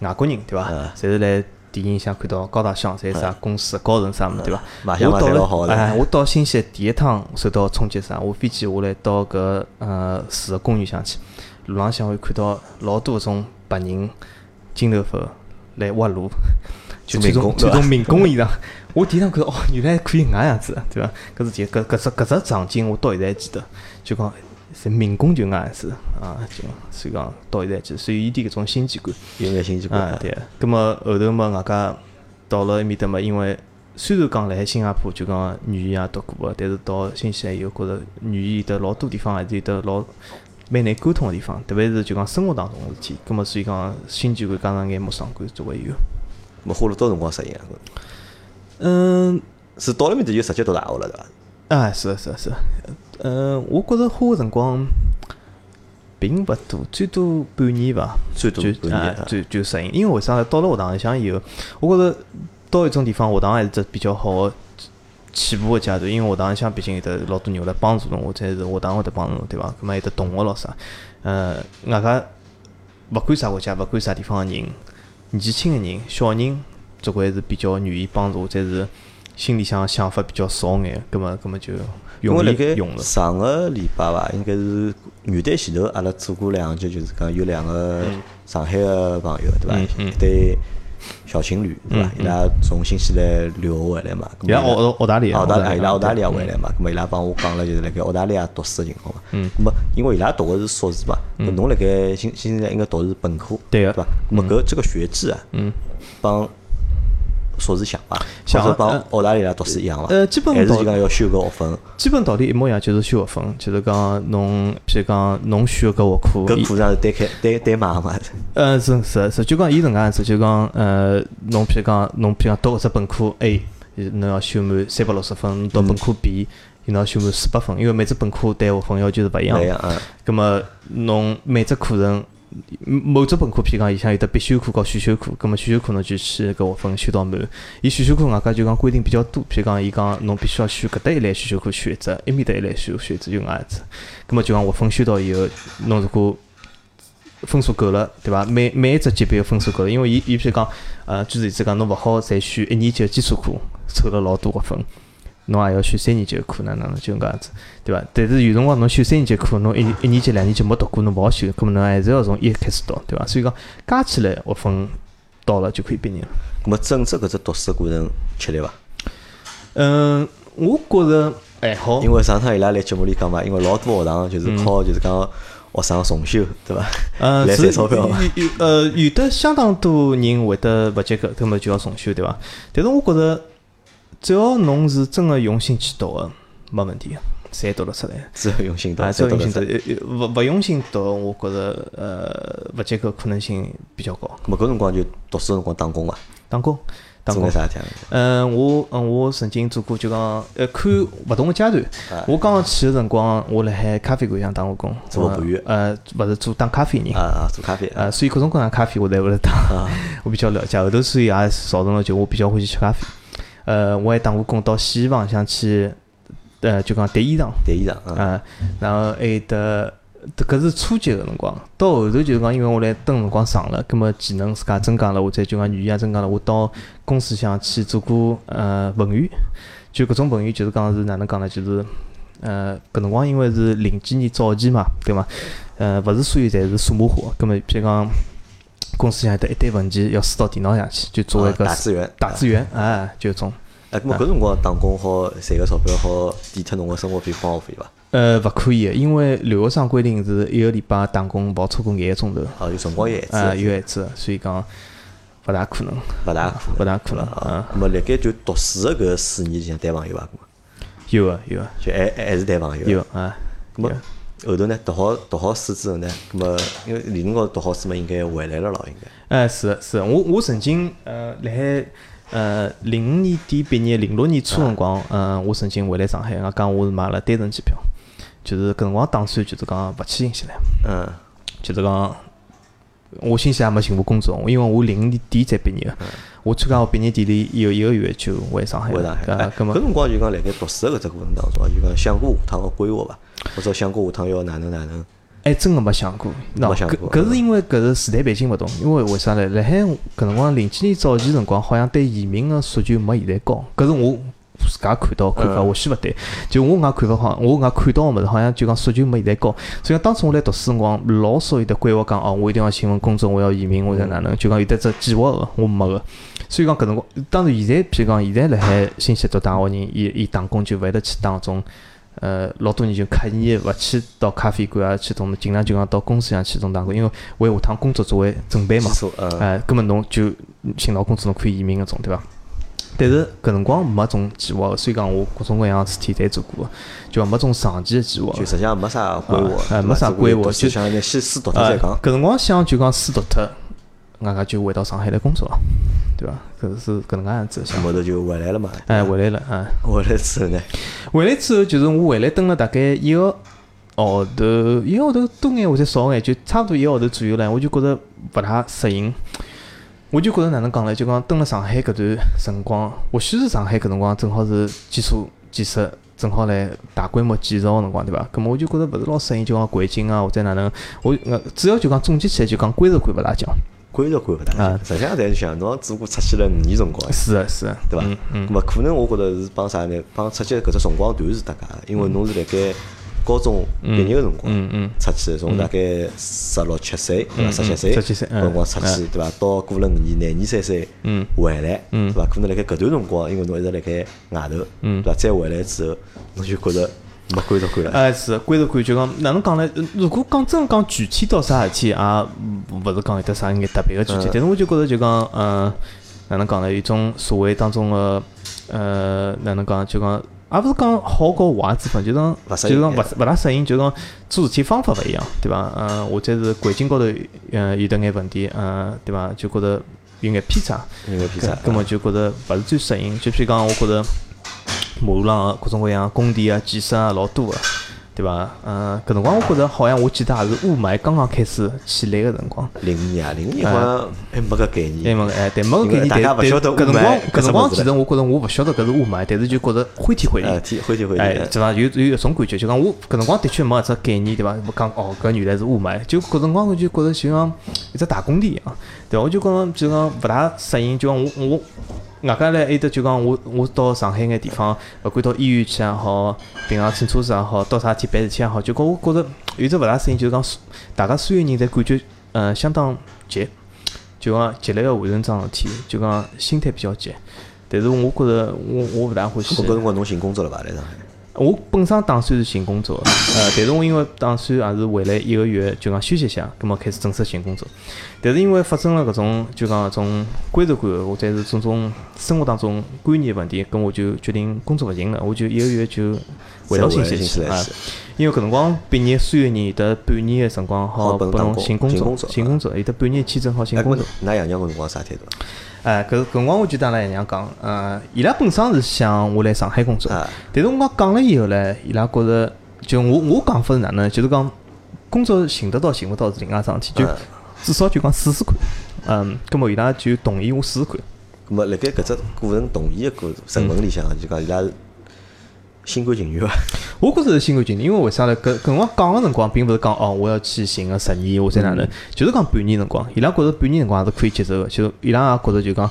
外国人对伐嗯？侪是来电影里向看到高大上，侪是啥公司高层啥物事对伐？嗯卖相我嘛到侪了老好的哎，我到新西兰第一趟受到冲击是啥？我飞机下来到搿呃市个公园向去，路浪向会看到老多搿种白人金头发来挖路，就民穿种工对穿种伐民工衣裳。我第一趟看到哦，原来可以搿能样子，对伐？搿事体搿搿只搿只场景我到现在还记得，就讲是民工就搿能样子啊，就所以讲到现在还记得，所以有点搿种新奇感。有眼新奇感啊，啊。对。葛么后头嘛，外加到了埃面搭嘛，因为虽然讲来新加坡就讲啊语言也读过个，但是到新西兰以后，觉着语言有得老多地方还是有得老蛮难沟通个地方，特别是就讲生活当中个事体。葛么所以讲新奇感加上眼陌生感，总会 <laughs> 有。咾么花了多少辰光适应啊？嗯，是到了面搭就直接读大学了对伐？啊，是的是的是的，呃，我觉着花个辰光并勿多，最多半年伐，最多就半年啊啊就就适应，因为为啥呢？到了学堂里向以后，我觉着到一种地方，学堂还是只比较好个起步个阶段，因为学堂里向毕竟有得老多人来帮助侬，或者是学堂会得帮助侬，对伐？葛末有得同学咯啥，呃，外加勿管啥国家，勿管啥地方个人，年纪轻个人、小人，总归是比较愿意帮助，或者是心里向想法比较少眼，葛末葛末就因容为辣易用盖了。上个礼拜伐，应该是元旦前头，阿拉做过两集，就是讲有两个上海个朋友，对伐嗯？嗯一对小情侣，对伐嗯？伊拉从新西兰留学回来嘛，咁伊拉伊拉澳澳大利亚哦澳大利澳大亚，伊利亚拉澳大利亚回来嘛，咁么伊拉帮我讲了，就是辣盖澳大利亚读书个情况嘛。嗯咁么啊因为伊拉读个是硕士嘛，咁侬辣盖新新西兰应该读的是本科，对个，个伐？咁么搿这个学制啊，啊嗯，帮硕士像伐？像或者帮呃澳大利亚读书一样伐？呃基本还是到就讲要修个学分。基本道理一模一样，就是修学分，就是讲侬，譬如讲侬选个搿学科，搿课上是单开单单买嘛，呃，是是是，就讲伊是搿能样子，就讲呃，侬譬如讲侬譬如讲读搿只本科 A，侬要修满三百六十分；侬读本科 B，侬要修满四百分，因为每只本科对学分要求是勿一样那的。样啊。葛么侬每只课程某只本科，譬如讲里向有得必修课和选修课，葛么选修课侬就去搿学分修到满。伊选修课外加就讲规定比较多，譬如讲伊讲侬必须要选搿搭一类选修课选一只，埃面搭一类选选一只就搿能样子。葛么就讲学分修到以后，侬如果分数够了，对伐？每每一只级别分数够了，因为伊伊譬如讲，呃，举个例子讲，侬勿好再选一年级的基础课，抽了老多个分，侬也要选三年级的课，哪能能就搿样子，对伐？但是有辰光侬选三年级的课，侬一一年级、两年级没读过，侬勿好选，搿么侬还是要从一开始读，对伐？所以讲加起来学分到了就可以毕业了。咁啊么整只搿只读书过程吃力伐？嗯，我觉着还好因。为上趟伊拉来节目里讲嘛，因为老多学堂就是靠就是讲学生重修，对伐？嗯 <laughs> 呃，来是赚钞票嘛。有有呃，有的相当多人会得勿及格，根本就要重修，对伐？但是我觉着，只要侬是真个用心去读个，没问题，个，侪读得出来。只要用心读，啊，才只要读得用心出读，来。呃勿勿用心读，我觉着呃勿及格可能性比较高。咁么搿辰光就读书辰光打工伐？打工，打做工眼。啥 <laughs> 事体啊？嗯，我嗯我曾经做过就讲呃看勿同个阶段啊。我刚刚去个辰光，我辣海咖啡馆里向打过工，做服务员呃，勿是做打咖啡人。啊啊，做咖啡啊呃，所以各种各样的咖啡我侪会得打，我比较了解。后头所以也造成了就我比较欢喜吃咖啡。呃，我还打过工到洗衣房里向去，呃，就讲叠衣裳叠衣裳啊，啊，然后还有得。这搿是初级个辰光，到后头就是讲，因为我来蹲辰光长了，葛末技能自家增加了，或者就讲语言也啊增加了，我到公司里向去做过呃文员，就搿种文员就是讲是哪能讲呢？就是呃搿辰光因为是零几年早期嘛，对伐？呃，勿是所有侪是数码化，葛末譬如讲公司里向有得一堆文件要输到电脑上去，就作为啊搿打字员打字员，哎，就搿种。哎，咁么搿辰光打工好赚个钞票好抵脱侬个生活费生活费伐？呃，勿可以的，因为留学生规定是一个礼拜打工勿好超过廿个钟头，啊，有辰光有限啊，制，有限制，所以讲勿大可能，勿大可能。勿大可能，啊啊，，咁么辣盖就读书个搿四年里向谈朋友伐？咁么有啊有啊就还还还是谈朋友。有啊，咁么有后头呢，读好读好书之后呢，咁么因为理论高头读好书嘛，应该回来了咯，应该。哎，是的是的，我我曾经呃，辣海呃零五年底毕业，零六年初辰光，呃，我曾经回来上海，我讲我是买了单程机票，就是搿辰光打算就是讲勿去新西兰，嗯，就是讲我新西兰没寻过工作，因为我零五年底才毕业，我参加我毕业典礼有一个月就回上海嗯回了，上海。哎啊，，搿搿么辰光就讲辣盖读书个搿只过程当中啊，就讲想过下趟个规划伐？或者想过下趟要哪能哪能？还哎真个没想过，喏没想搿过嗯搿是因为搿是时代背景勿同，因为为啥呢？辣海搿辰光零几年早期辰光，好像对移民个诉求没现在高，搿是我自家看到看法，嗯或许勿对。就我眼看法，好像我眼看到个物事，好像就讲诉求没现在高。所以讲当初我来读书辰光，老少有得规划讲哦，我一定要寻份工作，我要移民，我要哪能？就讲有得只计划个，我没个。所以讲搿辰光，当然现在譬如讲，现在辣海新西兰读大学人，伊伊打工就勿会得去打搿种，呃，老多人就刻意勿去到咖啡馆啊，去种尽量就讲到公司上去种打工，因为为下趟工作作为准备嘛基。础呃，哎，搿么侬就寻到工作侬可以移民搿种，对伐？但是搿辰光没种计划，所以讲我各种各样的事体侪做过，就讲没种长期的计划。就实际上没啥规划啊，对哎伐没啥只不规过读划就书想要拿先试读脱呃再讲搿。辰光想就讲书读脱，外加就回到上海来工作，对伐？搿是搿能介样子的想法。后头就回来了嘛。哎，回来了，哎，回来之后呢，回来之后就是我回来蹲了大概一个号头，一个号头多眼或者少眼，就差不多一个号头左右唻，我就觉着勿大适应。我就觉着哪能讲呢？就讲蹲了上海搿段辰光，或许是上海搿辰光正好是基础建设正好来大规模建设个辰光，对伐？葛末我就觉着勿是老适应，就讲环境啊或者哪能，我呃主要就讲总结起来就讲归属感勿大强。归属感勿大啊。实际上，侪是想侬只不过出去了五年辰光，是的，是的，对伐嗯？嗯。么可能我觉着是帮啥呢？帮出去搿只辰光段是搭界个，因为侬是辣盖高中毕业个辰光。嗯嗯，出去，从大概十六七岁，对伐？嗯十七岁，十七岁嗯辰光出去，对伐？到过了五年，廿二三岁，嗯回来，对嗯伐？可能辣盖搿段辰光，因为侬一直辣盖外头，对嗯伐？再回来之后，侬就觉着没归属感了。哎，是归属感，就讲哪能讲呢？呃如果讲真讲具体到啥事体，也勿是讲有得啥眼特别个具体嗯，但是我就觉着就讲，嗯，哪能讲呢？有种社会当中个，呃，哪能讲？就讲，也勿是讲好和坏之分，就讲，勿适就应讲勿勿大适应，就讲做事体方法勿一样，对伐？嗯，或者是环境高头，嗯，有得眼问题，嗯，对伐？就觉着有眼偏差。因为偏啥？根本就觉着勿是最适应。就譬如讲，我觉着马路浪个各种各样的工地啊、建设啊老多个，对伐？嗯，搿辰光我觉着好像我记得也是雾霾刚刚开始起来个辰光。零五年啊，零五年好像还没搿概哎念。嘛，哎，但没个因概为念，大但家但勿晓得雾搿辰光霾搿搿辰什么光，物事其实我觉着我勿晓得搿是雾霾，但是就觉着欢天欢呃，地。天欢天欢哎，地。对伐？有有一种感觉，就讲我搿辰光的确没搿只概念，对伐？我讲哦，搿原来是雾霾，就搿辰光我就觉着就像一只大工地一样，对伐？我就讲就讲勿大适应，就讲我我外加来埃搭就讲我我到上海眼地方，勿管到医院去也好，平常乘车子也好，到啥体办事体也好，就讲我觉着有只勿大适应，就是讲所大家所有人侪感觉呃相当急，就讲急力个完成桩事体，就讲心态比较急。但是我觉着我我勿大欢喜。我搿辰光侬寻工作了伐？来上海？我本身打算是寻工作的，呃，但是我因为打算也是回来一个月，就讲休息一下，葛末开始正式寻工作。但是因为发生了搿种就讲搿种归属感，或者是种种生活当中观念的问题，跟我就决定工作勿行了，我就一个月就回到新再回来西兰去新啊西兰。因为搿辰光毕业虽然有得半年的辰光好好帮拨侬打侬工寻工寻作啊工作，寻工作有得半年签证好寻工作。㑚哎爷娘搿辰光啥态度啊？哎，搿搿辰光我就当阿拉爷娘讲，呃，伊拉本身是想我来上海工作啊，但是我讲讲了以后呢，伊拉觉着就我我讲法是哪能，就是讲工作寻得到寻勿到是另外一桩事体，就啊至少就讲试试看，嗯，葛末伊拉就同意我试试看，咁么，辣盖搿只过程同意个过成分里向，就讲伊拉心甘情哦愿伐？我觉着是心甘情愿，因为为啥呢？搿搿辰光讲个辰光，并勿是讲哦，我要去寻个十年或者哪能，就是讲半年辰光，伊拉觉着半年辰光还是可以接受个，就伊拉也觉着就讲。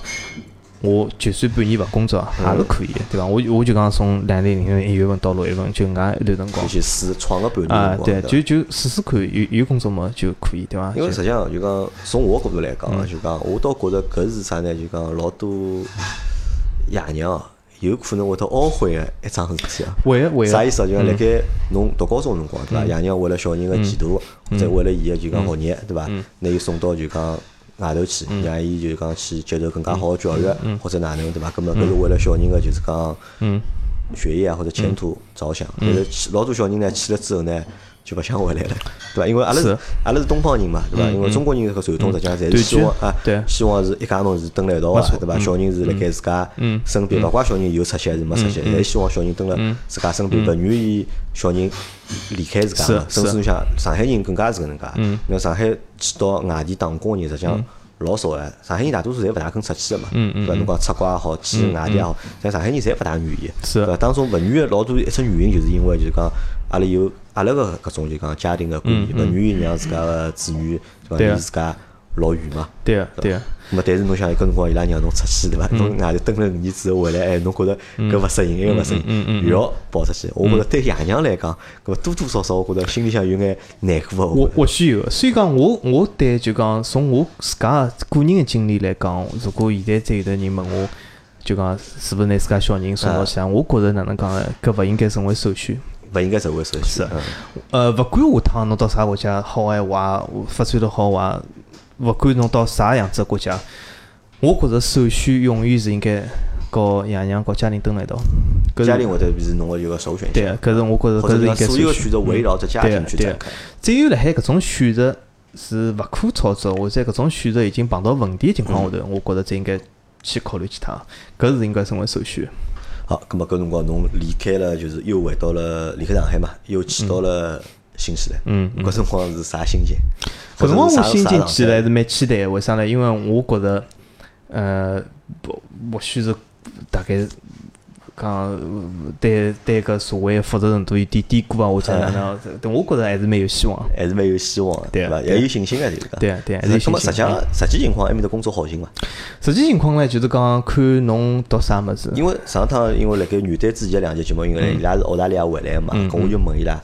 我就算半年勿工作，也是可以的，对伐？我我就讲从两零零一月份到六月份，就搿能介一段辰光就，去试闯个半年啊辰，光，对，伐就就试试看，有有工作嘛就可以，对伐？因为就实际上就讲从我角度来讲嗯啊，就讲我倒觉着搿是啥呢？就讲老多爷娘啊有可能会得懊悔个一桩事体啊。为了为啥了嗯意思啊？就讲辣盖侬读高中的辰光，对伐？爷娘为了小人个前途，或嗯者为了伊个就讲学业，对伐？拿伊送到就讲外头去，嗯让伊就讲去接受更加好个教育，或者哪能，对伐？嗯搿么搿是为了小人个就是讲，学业啊或者前途着想。嗯但是去老多小人呢去了之后呢，就勿想回来了，对伐？因为阿拉是是嗯阿拉是东方人嘛，对伐？因为中国人搿传统实际上侪是对希望就啊对，希望是一家侬是蹲辣一道啊，对嗯伐？小人是辣盖自家身边，勿怪小人有出息还是没出嗯息，侪希望小人蹲辣自家身边，勿愿意小人离开自家是嘛。甚至是嗯侬想上海人更加是搿能介，因为上海去到外地打工人实际上。老少哎，上海人大多数侪勿大肯出去个嘛，嗯对伐？侬讲出国也好，去外地也好，但上海人侪勿大愿意，是对伐？当中勿愿意的老多一只原因，就是因为就是讲阿拉有阿拉个搿种就讲家庭个观念，勿愿意让自家个子女对伐？嗯对啊以自家落雨嘛。对个对个，咁啊，但是侬想一个辰光伊拉让侬出去对伐？嗯侬外头蹲了五年之后回来，哎，侬觉得搿勿适应，埃个勿适嗯应，又要跑出去。我觉着对爷娘来讲，搿么多多少少，我觉着心里向有眼难过个。我或许有个，所以讲我我对就讲从我自家个人个经历来讲，如果现在再有得人问我，就讲是勿是拿自家小人送啊到乡，我觉着哪能讲呢？搿勿应该成为首选。勿应该受为首是先。嗯呃，勿管下趟侬到啥国家好还坏，发展得好坏，勿管侬到啥样子个国家，我觉着首选永远是应该和爷娘、和家庭蹲辣一道。搿是家庭会得是侬个一个首选对项啊，，搿是我觉着或搿者是应讲该所有个首选选。择围绕着家对啊庭去对啊展开。只有辣海搿种选择是勿可操作，或者搿种选择已经碰到问题的情况下头，我觉着才应该去考虑其他，搿是应该成为首选。好，咁么搿辰光侬离开了，就是又回到了离开上海嘛，又去到了新西兰。嗯搿辰光是啥心情？搿辰光我心情其起实来还是蛮期待的，为啥呢？因为我觉着，呃，不或许是大概讲呃对对搿社会复杂程度有点低估啊，或者哪 <laughs> 能，但我觉着还是蛮有希望。还是蛮有希望的，对啊伐？对啊也有信心个，就是讲。对啊对啊还是有咁么实信心际上实际情况埃面的工作好寻伐？实际情况呢，就是讲看侬读啥物事。因为上趟因为辣盖元旦之前两节节目，因嗯为伊拉是澳大利亚回来个嘛，咁我就问伊拉。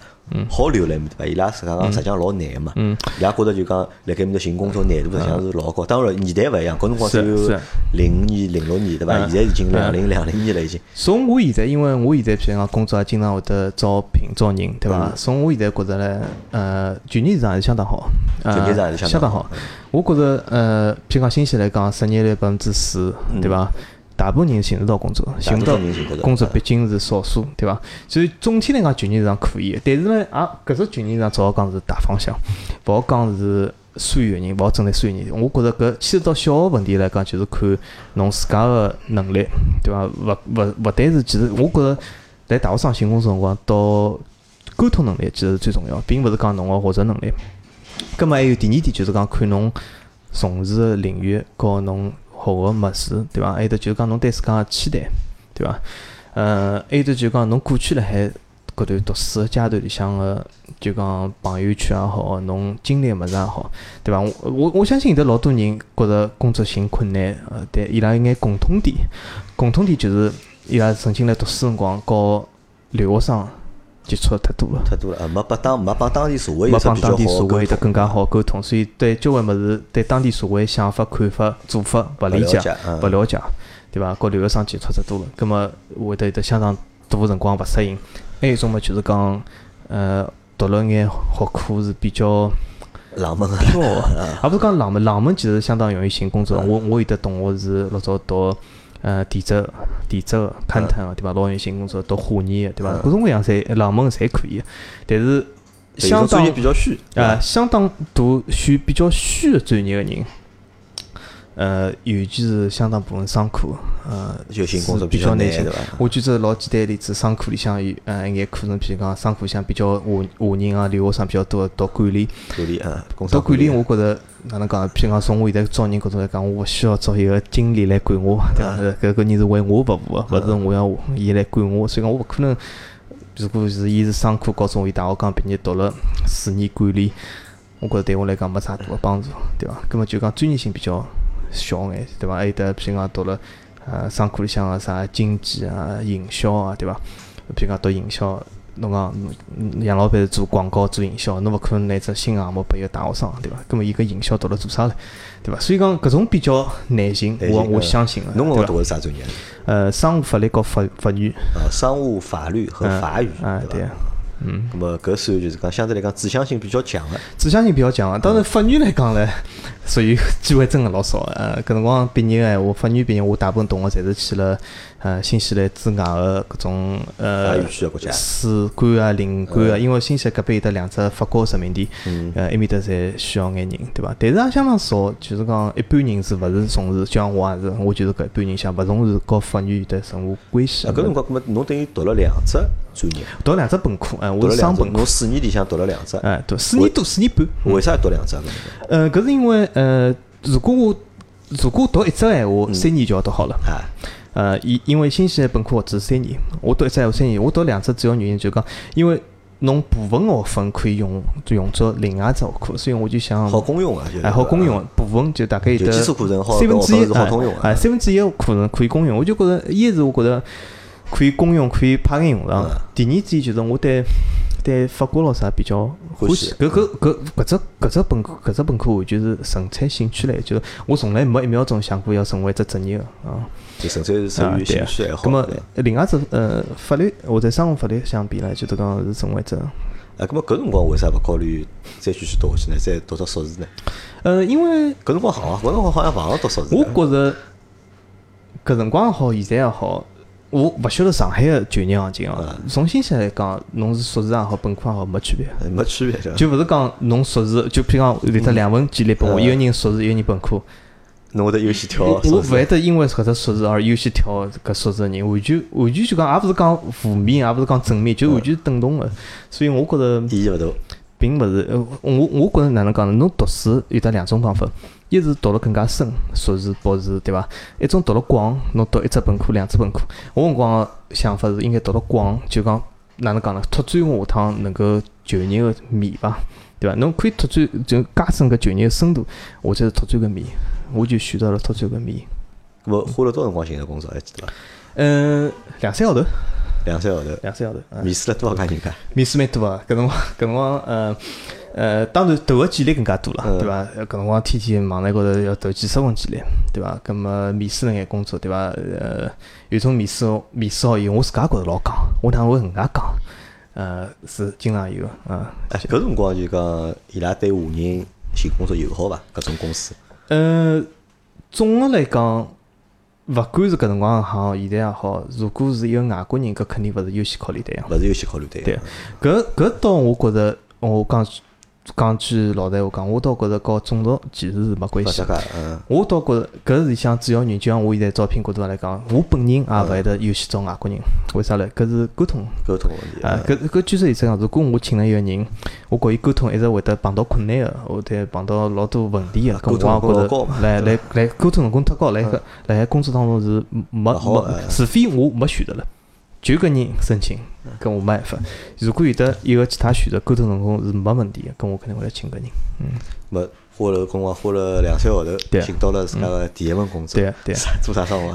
好留辣埃面对伐？伊拉实际嗯上实际上老难个嘛，伊拉觉着就讲辣盖埃面头寻工作难度实际上是老高。当然年代勿一样，搿辰光只是有是零五年、零六年对伐？嗯现在已经两零两零年了已经。从我现在，因为我现在譬如讲工作也经常会得招聘招人，对嗯伐？从我现在觉着呢，呃，就业市场还是相当好，呃就业市场还是相相当当好好。我觉着，呃，譬如讲新西兰来讲，失业率百分之四，嗯对伐？大部分人寻得到工作，寻不大到部分人寻得到工作毕竟是少数，对伐？所以总体来讲，就业市场可以，但是呢，啊也搿只就业市场只好讲是大方向，勿好讲是所有人，勿好针对所有人。我觉着搿牵涉到小个问题来讲，就是看侬自家个能力，对伐？勿勿勿单是，其实我觉着在大学生寻工作辰光，到沟通能力其实是最重要，并勿是讲侬个学习能力。咁么还有第二点就是讲看侬从事个领域和侬学个物事，对伐？还有得就是讲侬对自家个期待，对伐？呃，还有得就是讲侬过去辣海搿段读书个阶段里向个，就讲朋友圈也好，侬经历个物事也好，对伐？我我我相信有得老多人觉着工作寻困难，呃，但伊拉有眼共通点，共通点就是伊拉曾经辣读书辰光和留学生接触得太多了。太多了，啊没把当没帮当地社会有没只帮比较当好地社会的有得更加好沟通，所以对交关物事，对当地社会想法、看法、做法勿理解不了解嗯、勿了解，对伐？和留学生接触得多了，葛么会得有得相当大个辰光勿适应。还有一种嘛，就是讲，呃，读了眼学科是 <laughs> 比较。冷门啊，飘 <laughs> 啊，也勿是讲冷门，冷门其实相当容易寻工嗯作。我我有的同学是老早读呃地质、地质个嗯勘探个对伐？老容易寻工作，读化验个对伐？各种各样侪冷门侪可以，但是对 <laughs> 相有种专当业比较虚啊，对吧相当大选比较虚个专业个人。呃，尤其是相当部分商科，呃，就寻工作是比比较较难难寻对伐我举只老简单例子，商科里向有，呃，一眼课程，譬如讲商科里向比较华华人啊、留学生比较多，读管理，管理啊，工读商管理，我觉着哪能讲？譬如讲，从我现在招人角度来讲，我勿需要招一个经理来管我，对啊伐？搿个人是为我服嗯务个，勿是我要伊来管我，所以讲我勿可能。如果是伊是商科高中，伊大学刚毕业读了四年管理，我觉着对我来讲没啥大个帮助，对伐？葛末就讲专业性比较小眼，对伐？还有得譬如讲读了呃商科里向个啥经济啊、营销啊，对伐？譬如讲读营销，侬讲侬杨老板是做广告、做营销，侬勿可能拿只新项目拨一个大学生，对伐？葛末伊搿营销读了做啥呢？对伐？所以讲搿种比较难行，难我寻我嗯相信个，侬对搿伐读的是啥专业？呃，商务法律和法法语，啊，商务法律和嗯法语，啊，对对伐啊？嗯。那么搿算就是讲相对来讲指向性比较强的，指向性比较强啊。当然，法语来讲呢， <laughs> 属于机会真的老少。呃，搿辰光毕业个，我法语毕业，我大部分同学侪是去了呃新西兰之外个搿种法呃语区的国家嗯使馆啊、领馆啊，因为新西兰隔壁有得两只法国殖民地，呃，埃面搭侪需要眼人，对伐？但是也相当少，就是讲一般人是勿是从事，就像我也是，我就是搿一般人想勿从事和法语有得任何关系啊，。搿辰光搿么侬等于读了两只专业，读两只本科，哎，读我了是两双只，本科侬，四年里向读了两只，哎，对，四年多，四年半。为啥要读两只啊？搿辰光呃，搿是因为呃，如果我如果读一只闲话，三年就要读好了。啊，呃，因因为新西兰本科学制是三年，我读一只闲话三年，我读两只主要原因就是讲，因为侬部分学分可以用用作另外只学科，所以我就想好公用啊，就是哎，好公用，部分就大概有就得基础课程好三分之一学分是好通用哎，哎三分之一可能可以公用，我就觉着一是我觉着可以公用，可以派眼用场嗯。第二点就是我对对法国老师也比较欢喜，搿搿搿搿只搿只本科搿只本科完全是纯粹兴趣类，就是我从来没一秒钟想过要成为一只职业的啊。就纯粹是属啊于对兴啊趣爱咁好。么对另外一只呃法律或者商务法律相比呢，就是讲是成为一只。啊，咁么搿辰光为啥勿考虑再继续读下去呢？再读到硕士呢？呃，因为搿辰光好啊，搿辰光好像勿行读硕士我呢。觉着搿辰光也好，现在也好，我勿晓得上海个就业行情哦。嗯从新西兰来讲，侬是硕士也好，本科也好，没区别。哎没区别，对伐就勿是讲侬硕士，就譬如讲有只两份简历拨我，嗯一个人硕士，一个人本科。侬会得优先挑我硕勿士会得因为搿只硕士而优先挑搿硕士个人，完全完全就讲，也勿是讲负面，也勿是讲正面，就完全等同个。所以我觉着。意义勿大。并勿是，呃，我我觉着哪能讲呢？侬读书有得两种方法，一是读了更加深，硕士、博士，对伐？一种读了广，侬读一只本科、两只本科。我辰光个想法是应该读了广，就讲哪能讲呢？拓展我下趟能够就业个面吧，对伐？侬可以拓展就加深搿就业个深度，或者是拓展搿面，我就选择了拓展搿面。咁么花了多少辰光寻个工作还记得伐？嗯，两三个号头，两三个号头，两三个号头。嗯面试了多少家人家？面试蛮多啊，搿辰光搿辰光呃呃，当然投个简历更加多了，嗯对伐？呃搿辰光天天网站高头要投几十份简历，对伐？葛末面试了眼工作，对伐？呃，有种面试面试哦，有我自家觉着老戆，我哪会搿能介戆？呃，是经常有的啊。哎，搿辰光就讲伊拉对华人寻工作友好伐？搿种公司，呃，总的来讲，勿管是搿辰光也好，现在也好，如果是一个外国人，搿肯定勿是优先考虑对象。勿是优先考虑对对，搿搿倒我觉着，我讲讲句老实话讲，我倒觉着和种族其实是没关勿系搭。界，嗯，我倒觉着搿是里向主要原因，就像我现在招聘角度来讲，我本人也勿会得优先招外国人，为啥嘞？搿是沟通。沟通问题。啊嗯，搿搿据说现在讲，如果我请了一个人，我和伊沟通一直会得碰到困难个，会得碰到老多问题个，搿沟通我成也本觉老高着嘛来来来沟通成功太高，来搿来工作当中是没勿嗯好没哎，除非我没选择了，就搿人申请，嗯搿我没办法。如果有得一个其他选择，沟通成功是没问题个，搿我肯定会来请搿人。嗯，么花了辰光花了两三个号头对，啊寻到了自家个第一份工作。对啊对啊啥做啥生活？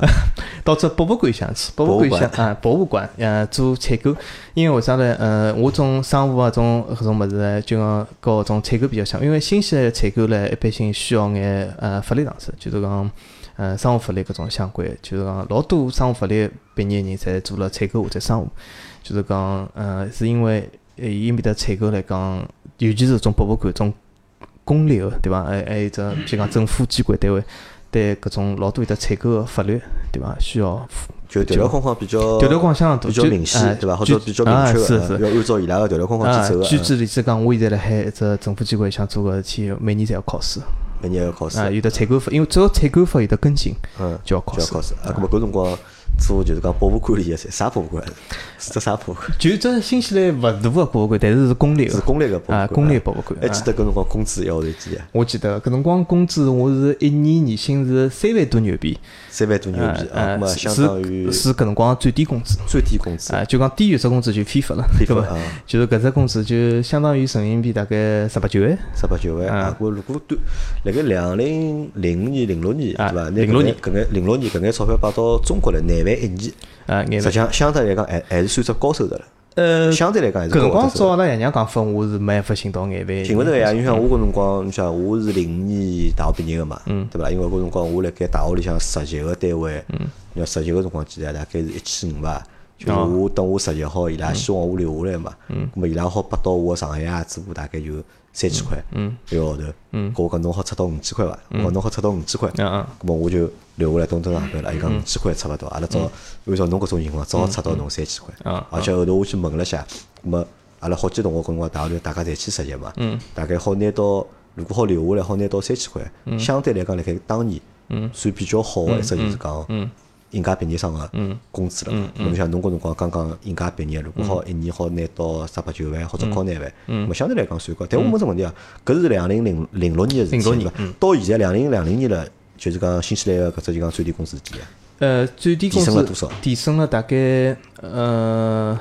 到这博物馆想去，博物馆想啊，博物馆呃做采购，因为为啥呢？呃，我种商务啊种搿种物事呢，就讲和种采购比较像，因为新西兰的采购呢，一般性需要眼呃法律常识，就是讲呃商务法律搿种相关，就是讲老多商务法律毕业人才做了采购或者商务，就是讲呃是因为呃伊面搭采购来讲，尤其是种博物馆种公立个对伐？还还有只就讲政府机关单位。对搿种老多有得采购个法律，对伐？需要就条条框框比较条条框相当比较明显，对伐？或者比较明确啊呃是的，嗯是。啊要按照伊拉个条条框框去走举个。举例子讲，我现在辣海一只政府机关里向做个事体，每年侪要考试嗯每年要考试，啊，有的采购法，因为只要采购法有得跟进，嗯，就要考就要试考。试。啊，搿么搿辰光做就是讲博物馆里个啥博物馆？是只啥博物馆？就只新西兰勿大个博物馆，但 <laughs> 是是公立是个公立个博物啊，馆。公立嗯博物馆。还啊记得搿辰光工资一号头几啊？我记得搿辰光工资我是一年年薪是三万多牛币，三万多牛啊币啊！啊咁么是相当于是是搿辰光最低工资。最低工资，啊，就讲低于这工资就非法了，非对法伐？啊就是搿只工资就相当于人民币大概十八九万。十八九万啊！我如果对，辣盖两零零五年、零六年对啊伐？拿06年搿眼零六年搿眼钞票摆到中国来廿万一年，啊，眼实勿际上相对来讲还还是算只高收入了。呃，相对来讲还搿是高辰光收照入。阿拉爷娘讲法，我是没办法寻到眼饭。寻勿着呀，因为像我搿辰光，你想我是零五年大学毕业个嘛，对伐？因为搿辰光我辣盖大学里向实习个单位，要实习个辰光记得大概是一千五吧。就是哦我等我实习好，伊拉希望我留下来嘛，咁么伊拉好拨到我上海夜支部大概就三千块一个号头，搿我讲侬好出到五千块伐？我讲侬好出到五千块，嗯嗯啊咁么我就留下来东登上班了。伊讲五千块也出勿到，阿拉照按照侬搿种情况，只好出到侬三千块嗯嗯。而且后头我去问了下，咁么阿拉好几同学搿辰光大学里大家侪去实习嘛，大概好拿到，如果好留下来好拿到三千块，相对来讲辣盖当年算比较好个一只就是讲。应届毕业生个工资了嘛，咁侬想侬搿辰光刚刚应届毕业，如果好一年好拿到十八九万或者高廿万，咁么相对来讲算高。但我问只问题啊，搿是两零零零六年个事06体年对伐？到现在两零两零年了，就是讲新西兰个搿只就讲最低工资几啊？呃，最低工提升了多资少提升了大概呃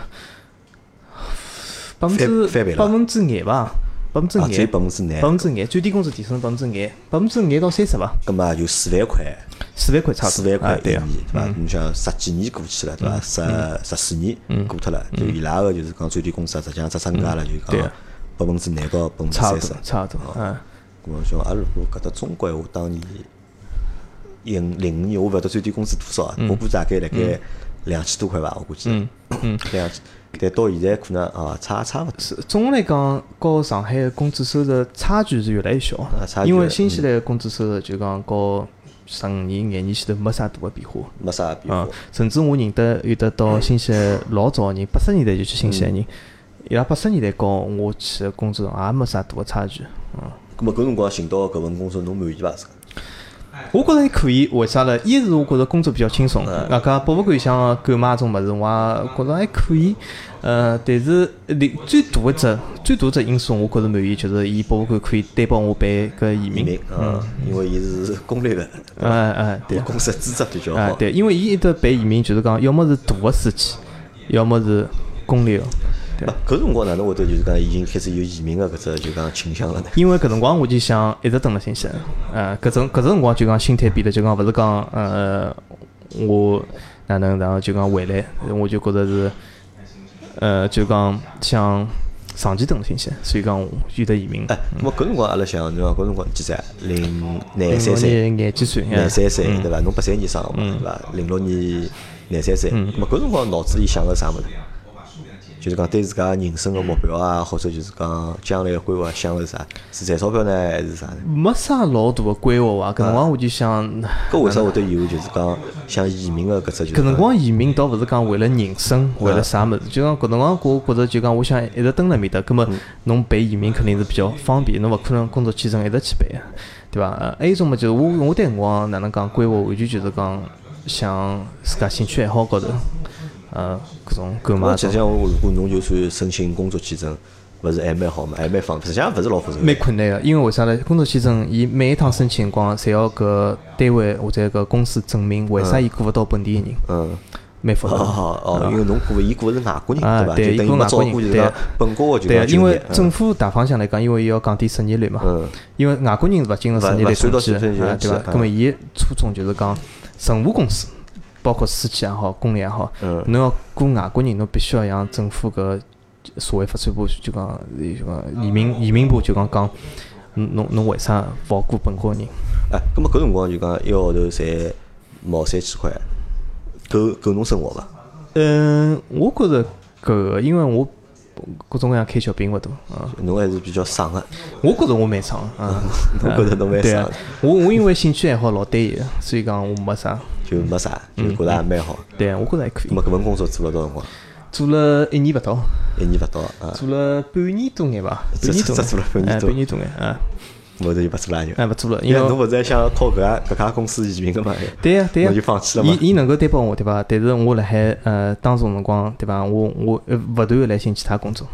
百分之翻翻倍了百分之廿吧，百分之啊，只有廿，百百分之廿，分之廿，最低工资提升百分之廿，百分之廿到三十伐，咁嘛就四万块，四万块差不四多，万块啊一对年啊，，嗯对伐？你想十几年过去了，对伐？十十四年过脱了，就伊拉个就是讲最低工资啊实际上只增加了，就是对讲啊百分之廿到百分之差三不十哦多。差不多，嗯，咁我想，啊，如果搿搭中国闲话，当年一五零五年，我勿晓得最低工资多少啊，嗯我估计大概辣盖两千多块伐，我估计。嗯两千，但到现在可能啊，差差勿多。是总的来讲，和上海的工资收入差距是越来越小啊差，距因为新西兰的工资收入就讲和十五年、廿年前头没啥大的变化。没啥变啊化，，甚至我认得有的到新西兰老早的人，八十年代就去新西兰人，伊拉八十年代和我去的工作也没啥大的差距。嗯，咁么搿辰光寻到搿份工作，侬满意伐？自家我觉着还可以，为啥呢？一是我觉着工作比较轻松，外加博物馆里向的购买种物事，我也觉着还可以。呃，但是另最大的只最大的只因素，我觉着满意，就是伊博物馆可以担保我办搿移移民民。啊，因为伊 <laughs> 是公立个，哎哎，嗯对对。公司资质比较啊好，。对，因为伊一直办移民，就是讲要么是大的私企，要么是公立的。对不，搿辰光哪能会得就是讲已经开始有移民个搿只就讲倾向了呢？因为搿辰光我就想一直蹲辣新西兰，呃，搿种搿种辰光就讲心态变了，就讲勿是讲呃我哪能然后就讲回来，我就觉着是呃就讲想长期蹲辣新西兰，所以讲我有得移民。哎，咁么搿辰光阿拉想，侬讲搿辰光几岁啊？零廿零三六岁。年廿几岁，廿嗯三岁对伐？侬八三年生个嘛对伐？零六年廿三岁，嗯咁么搿辰光脑子里想个啥物事？就是讲对自家人生个目标啊，或者就是讲将来个规划想个啥？是赚钞票呢，还是啥呢？没啥老大的规划啊伐？搿辰光我就想，搿为啥会得有就是讲想移民个搿只就是搿辰讲光移民倒勿是讲为了人生，为了啥物事，就讲搿辰光我觉着就讲我想一直蹲辣面搭，葛末侬办移民肯定是比较方便，侬勿可能工作签证一直去办，对伐？呃还有一种嘛，就是我我对辰光哪能讲规划，完全就是讲想自家兴趣爱好高头，呃，搿种购买我这实际种上，如果侬就算申请工作签证，勿是还蛮好嘛，还蛮方便，实际上勿是老复杂。蛮困难个，因为为啥呢？工作签证伊每一趟申请辰光，侪要搿单位或者搿公司证明为啥伊雇勿到本地个人，嗯。蛮复杂的。哦哦，因为侬雇个伊雇个是外国人啊伐？就对等伊于雇没外照国人顾就是对讲本国个就对啊，讲因就业为嗯政府大方向来讲，因为伊要降低失业率嘛嗯，因为外国人是勿进入失业率勿统计勿算到失业率的，啊对伐统计？葛么伊初衷就是讲，任何公司，包括私企也好，公立也好，嗯侬要雇外国人，侬必须要向政府搿社会发展部就讲就讲移哦民移民部就讲讲，嗯侬侬为啥勿好雇本国人？哎，咁么搿辰光就讲一个号头才毛三千块，够够侬生活伐？嗯，我觉着搿个，因为我各种各样开销并勿大啊。侬还是比较省个，，我觉着我蛮爽的，啊 <laughs> 侬觉着侬蛮对爽啊的，我我因为兴趣爱好老单一，所以讲我没啥。就没啥，就觉着也蛮好。对啊，我觉着还可咁以么。搿份工作做了多少辰光？做了一年勿到，一年勿到啊，做了半年多眼吧，只半年多只做了半年哎多半年多眼啊，后头就勿做了就。哎勿做了，因因为侬为勿是还想靠搿家搿家公司移民个嘛？对呀对呀，侬就放弃了嘛？伊伊能够担保我对伐？但是我辣海呃当中辰光对伐？我我呃勿断个来寻其他工作，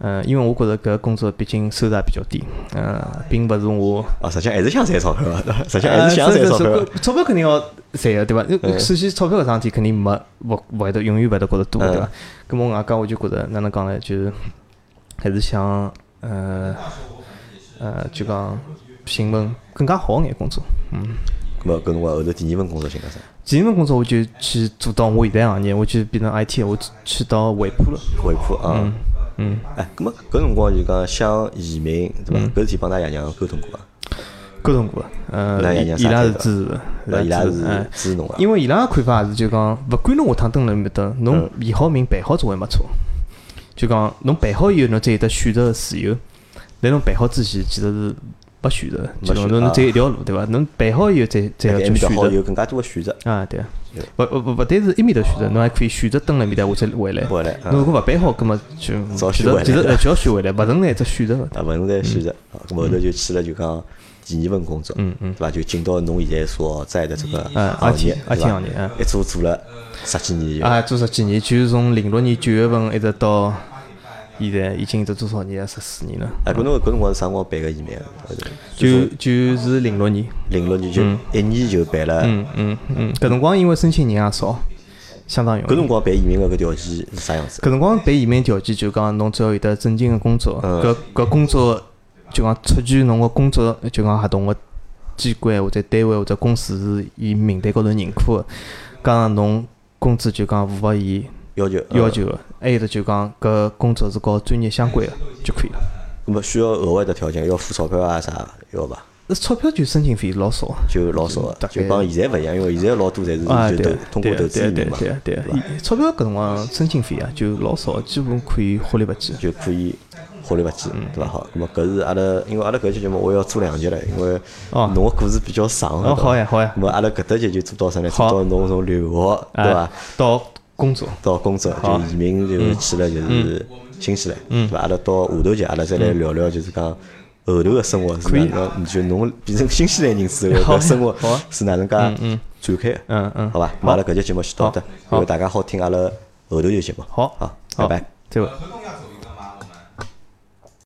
呃，因为我觉着搿工作毕竟收入也比较低，呃，并勿是我。啊，实际上还是想赚钞票个，实际上还呃是想是赚是钞票是的。钞票肯定要赚嗯个，对伐？首先，钞票搿桩事体肯定没勿勿会得永远勿会得觉着多，对伐嗯？咁么外加我就觉着哪能讲呢？就是还是想呃呃，就讲寻份更加好眼工作。嗯，咁么搿辰光后头第二份工作寻个啥？前一份工作我就去做到我现在行业，我就变成 IT，我去到惠普了。惠普啊。嗯。哎，咁么搿辰光就讲想移民对伐？搿事体帮㑚爷娘沟通过伐？啊沟通过，伊拉呃，爷娘伊啥拉态是度支持啊的，伊拉支持的是哎支持侬啊因为伊拉个看法也是就讲，勿管侬下趟蹲辣面搭，嗯侬移好名办好总归没错。就讲侬办好以后，侬才有得选择个自由。但侬办好之前，其实是没选择的，没就选讲择侬啊侬只有一条路，对伐？侬办好以后再再要埃做面搭选好择有更加多个选择。啊，对啊。勿勿勿勿但是一面头选择，侬还可以选择蹲辣面搭或者回来。哦回来啊侬如果勿办好，葛末就早其选回实来其实呃就要选回来，勿存在一只选择个。啊，勿能再选择，啊，咁后头就去了就讲第二份工作，嗯嗯，对伐？就进到侬现在所在的这个嗯行业， IT 对伐行业嗯一做做了十几年，啊，做十几年，就是从零六年九月份一直到现在，已经都多少年了？十四年了。哎，搿侬搿辰光是啥辰光办个移民啊？就就是零六年，嗯零六年就一年就办了，嗯嗯嗯，搿辰光因为申请人也少，相当容易。搿辰光办移民个搿条件是啥样子？搿辰光办移民条件就讲侬只要有得正经个工作，嗯搿搿工作就讲出具侬个工作就讲合同个机关或者单位或者公司是伊名单高头认可个，加上侬工资就讲符合伊要求要，求个，还有得就讲搿工作是和专业相关个就可以了。呃咾么需要额外的条件，要付钞票啊啥要伐？那呃钞票就申请费老少。就老少嗯大个，概就帮现在勿一样，因为现在老多侪啊，是就对投通过投资移对啊民嘛，对对对对吧对，钞票搿辰光申请费啊，就老少，基本可以忽略不计。就可以忽略勿计，嗯对伐？好，咾么搿是阿拉，因为阿拉搿期节目我要做两集了，因为哦侬个故事比较长，哦，好呀。呀好呀咾，么阿拉搿搭集就做到啥呢？做好到侬从留学嗯对伐啊？，到工作，到工作就移民就去了就是嗯新西兰，对伐？阿拉到下头集，阿拉再来聊聊，就是讲后头个生活是可以哪能，就侬变成新西兰人之后，好搿生活好啊是哪能介展开的？嗯嗯好吧，那阿拉搿节节目先到这，好因为大家好听阿拉后头有节目。好，好，拜好拜。对吧？合同要走。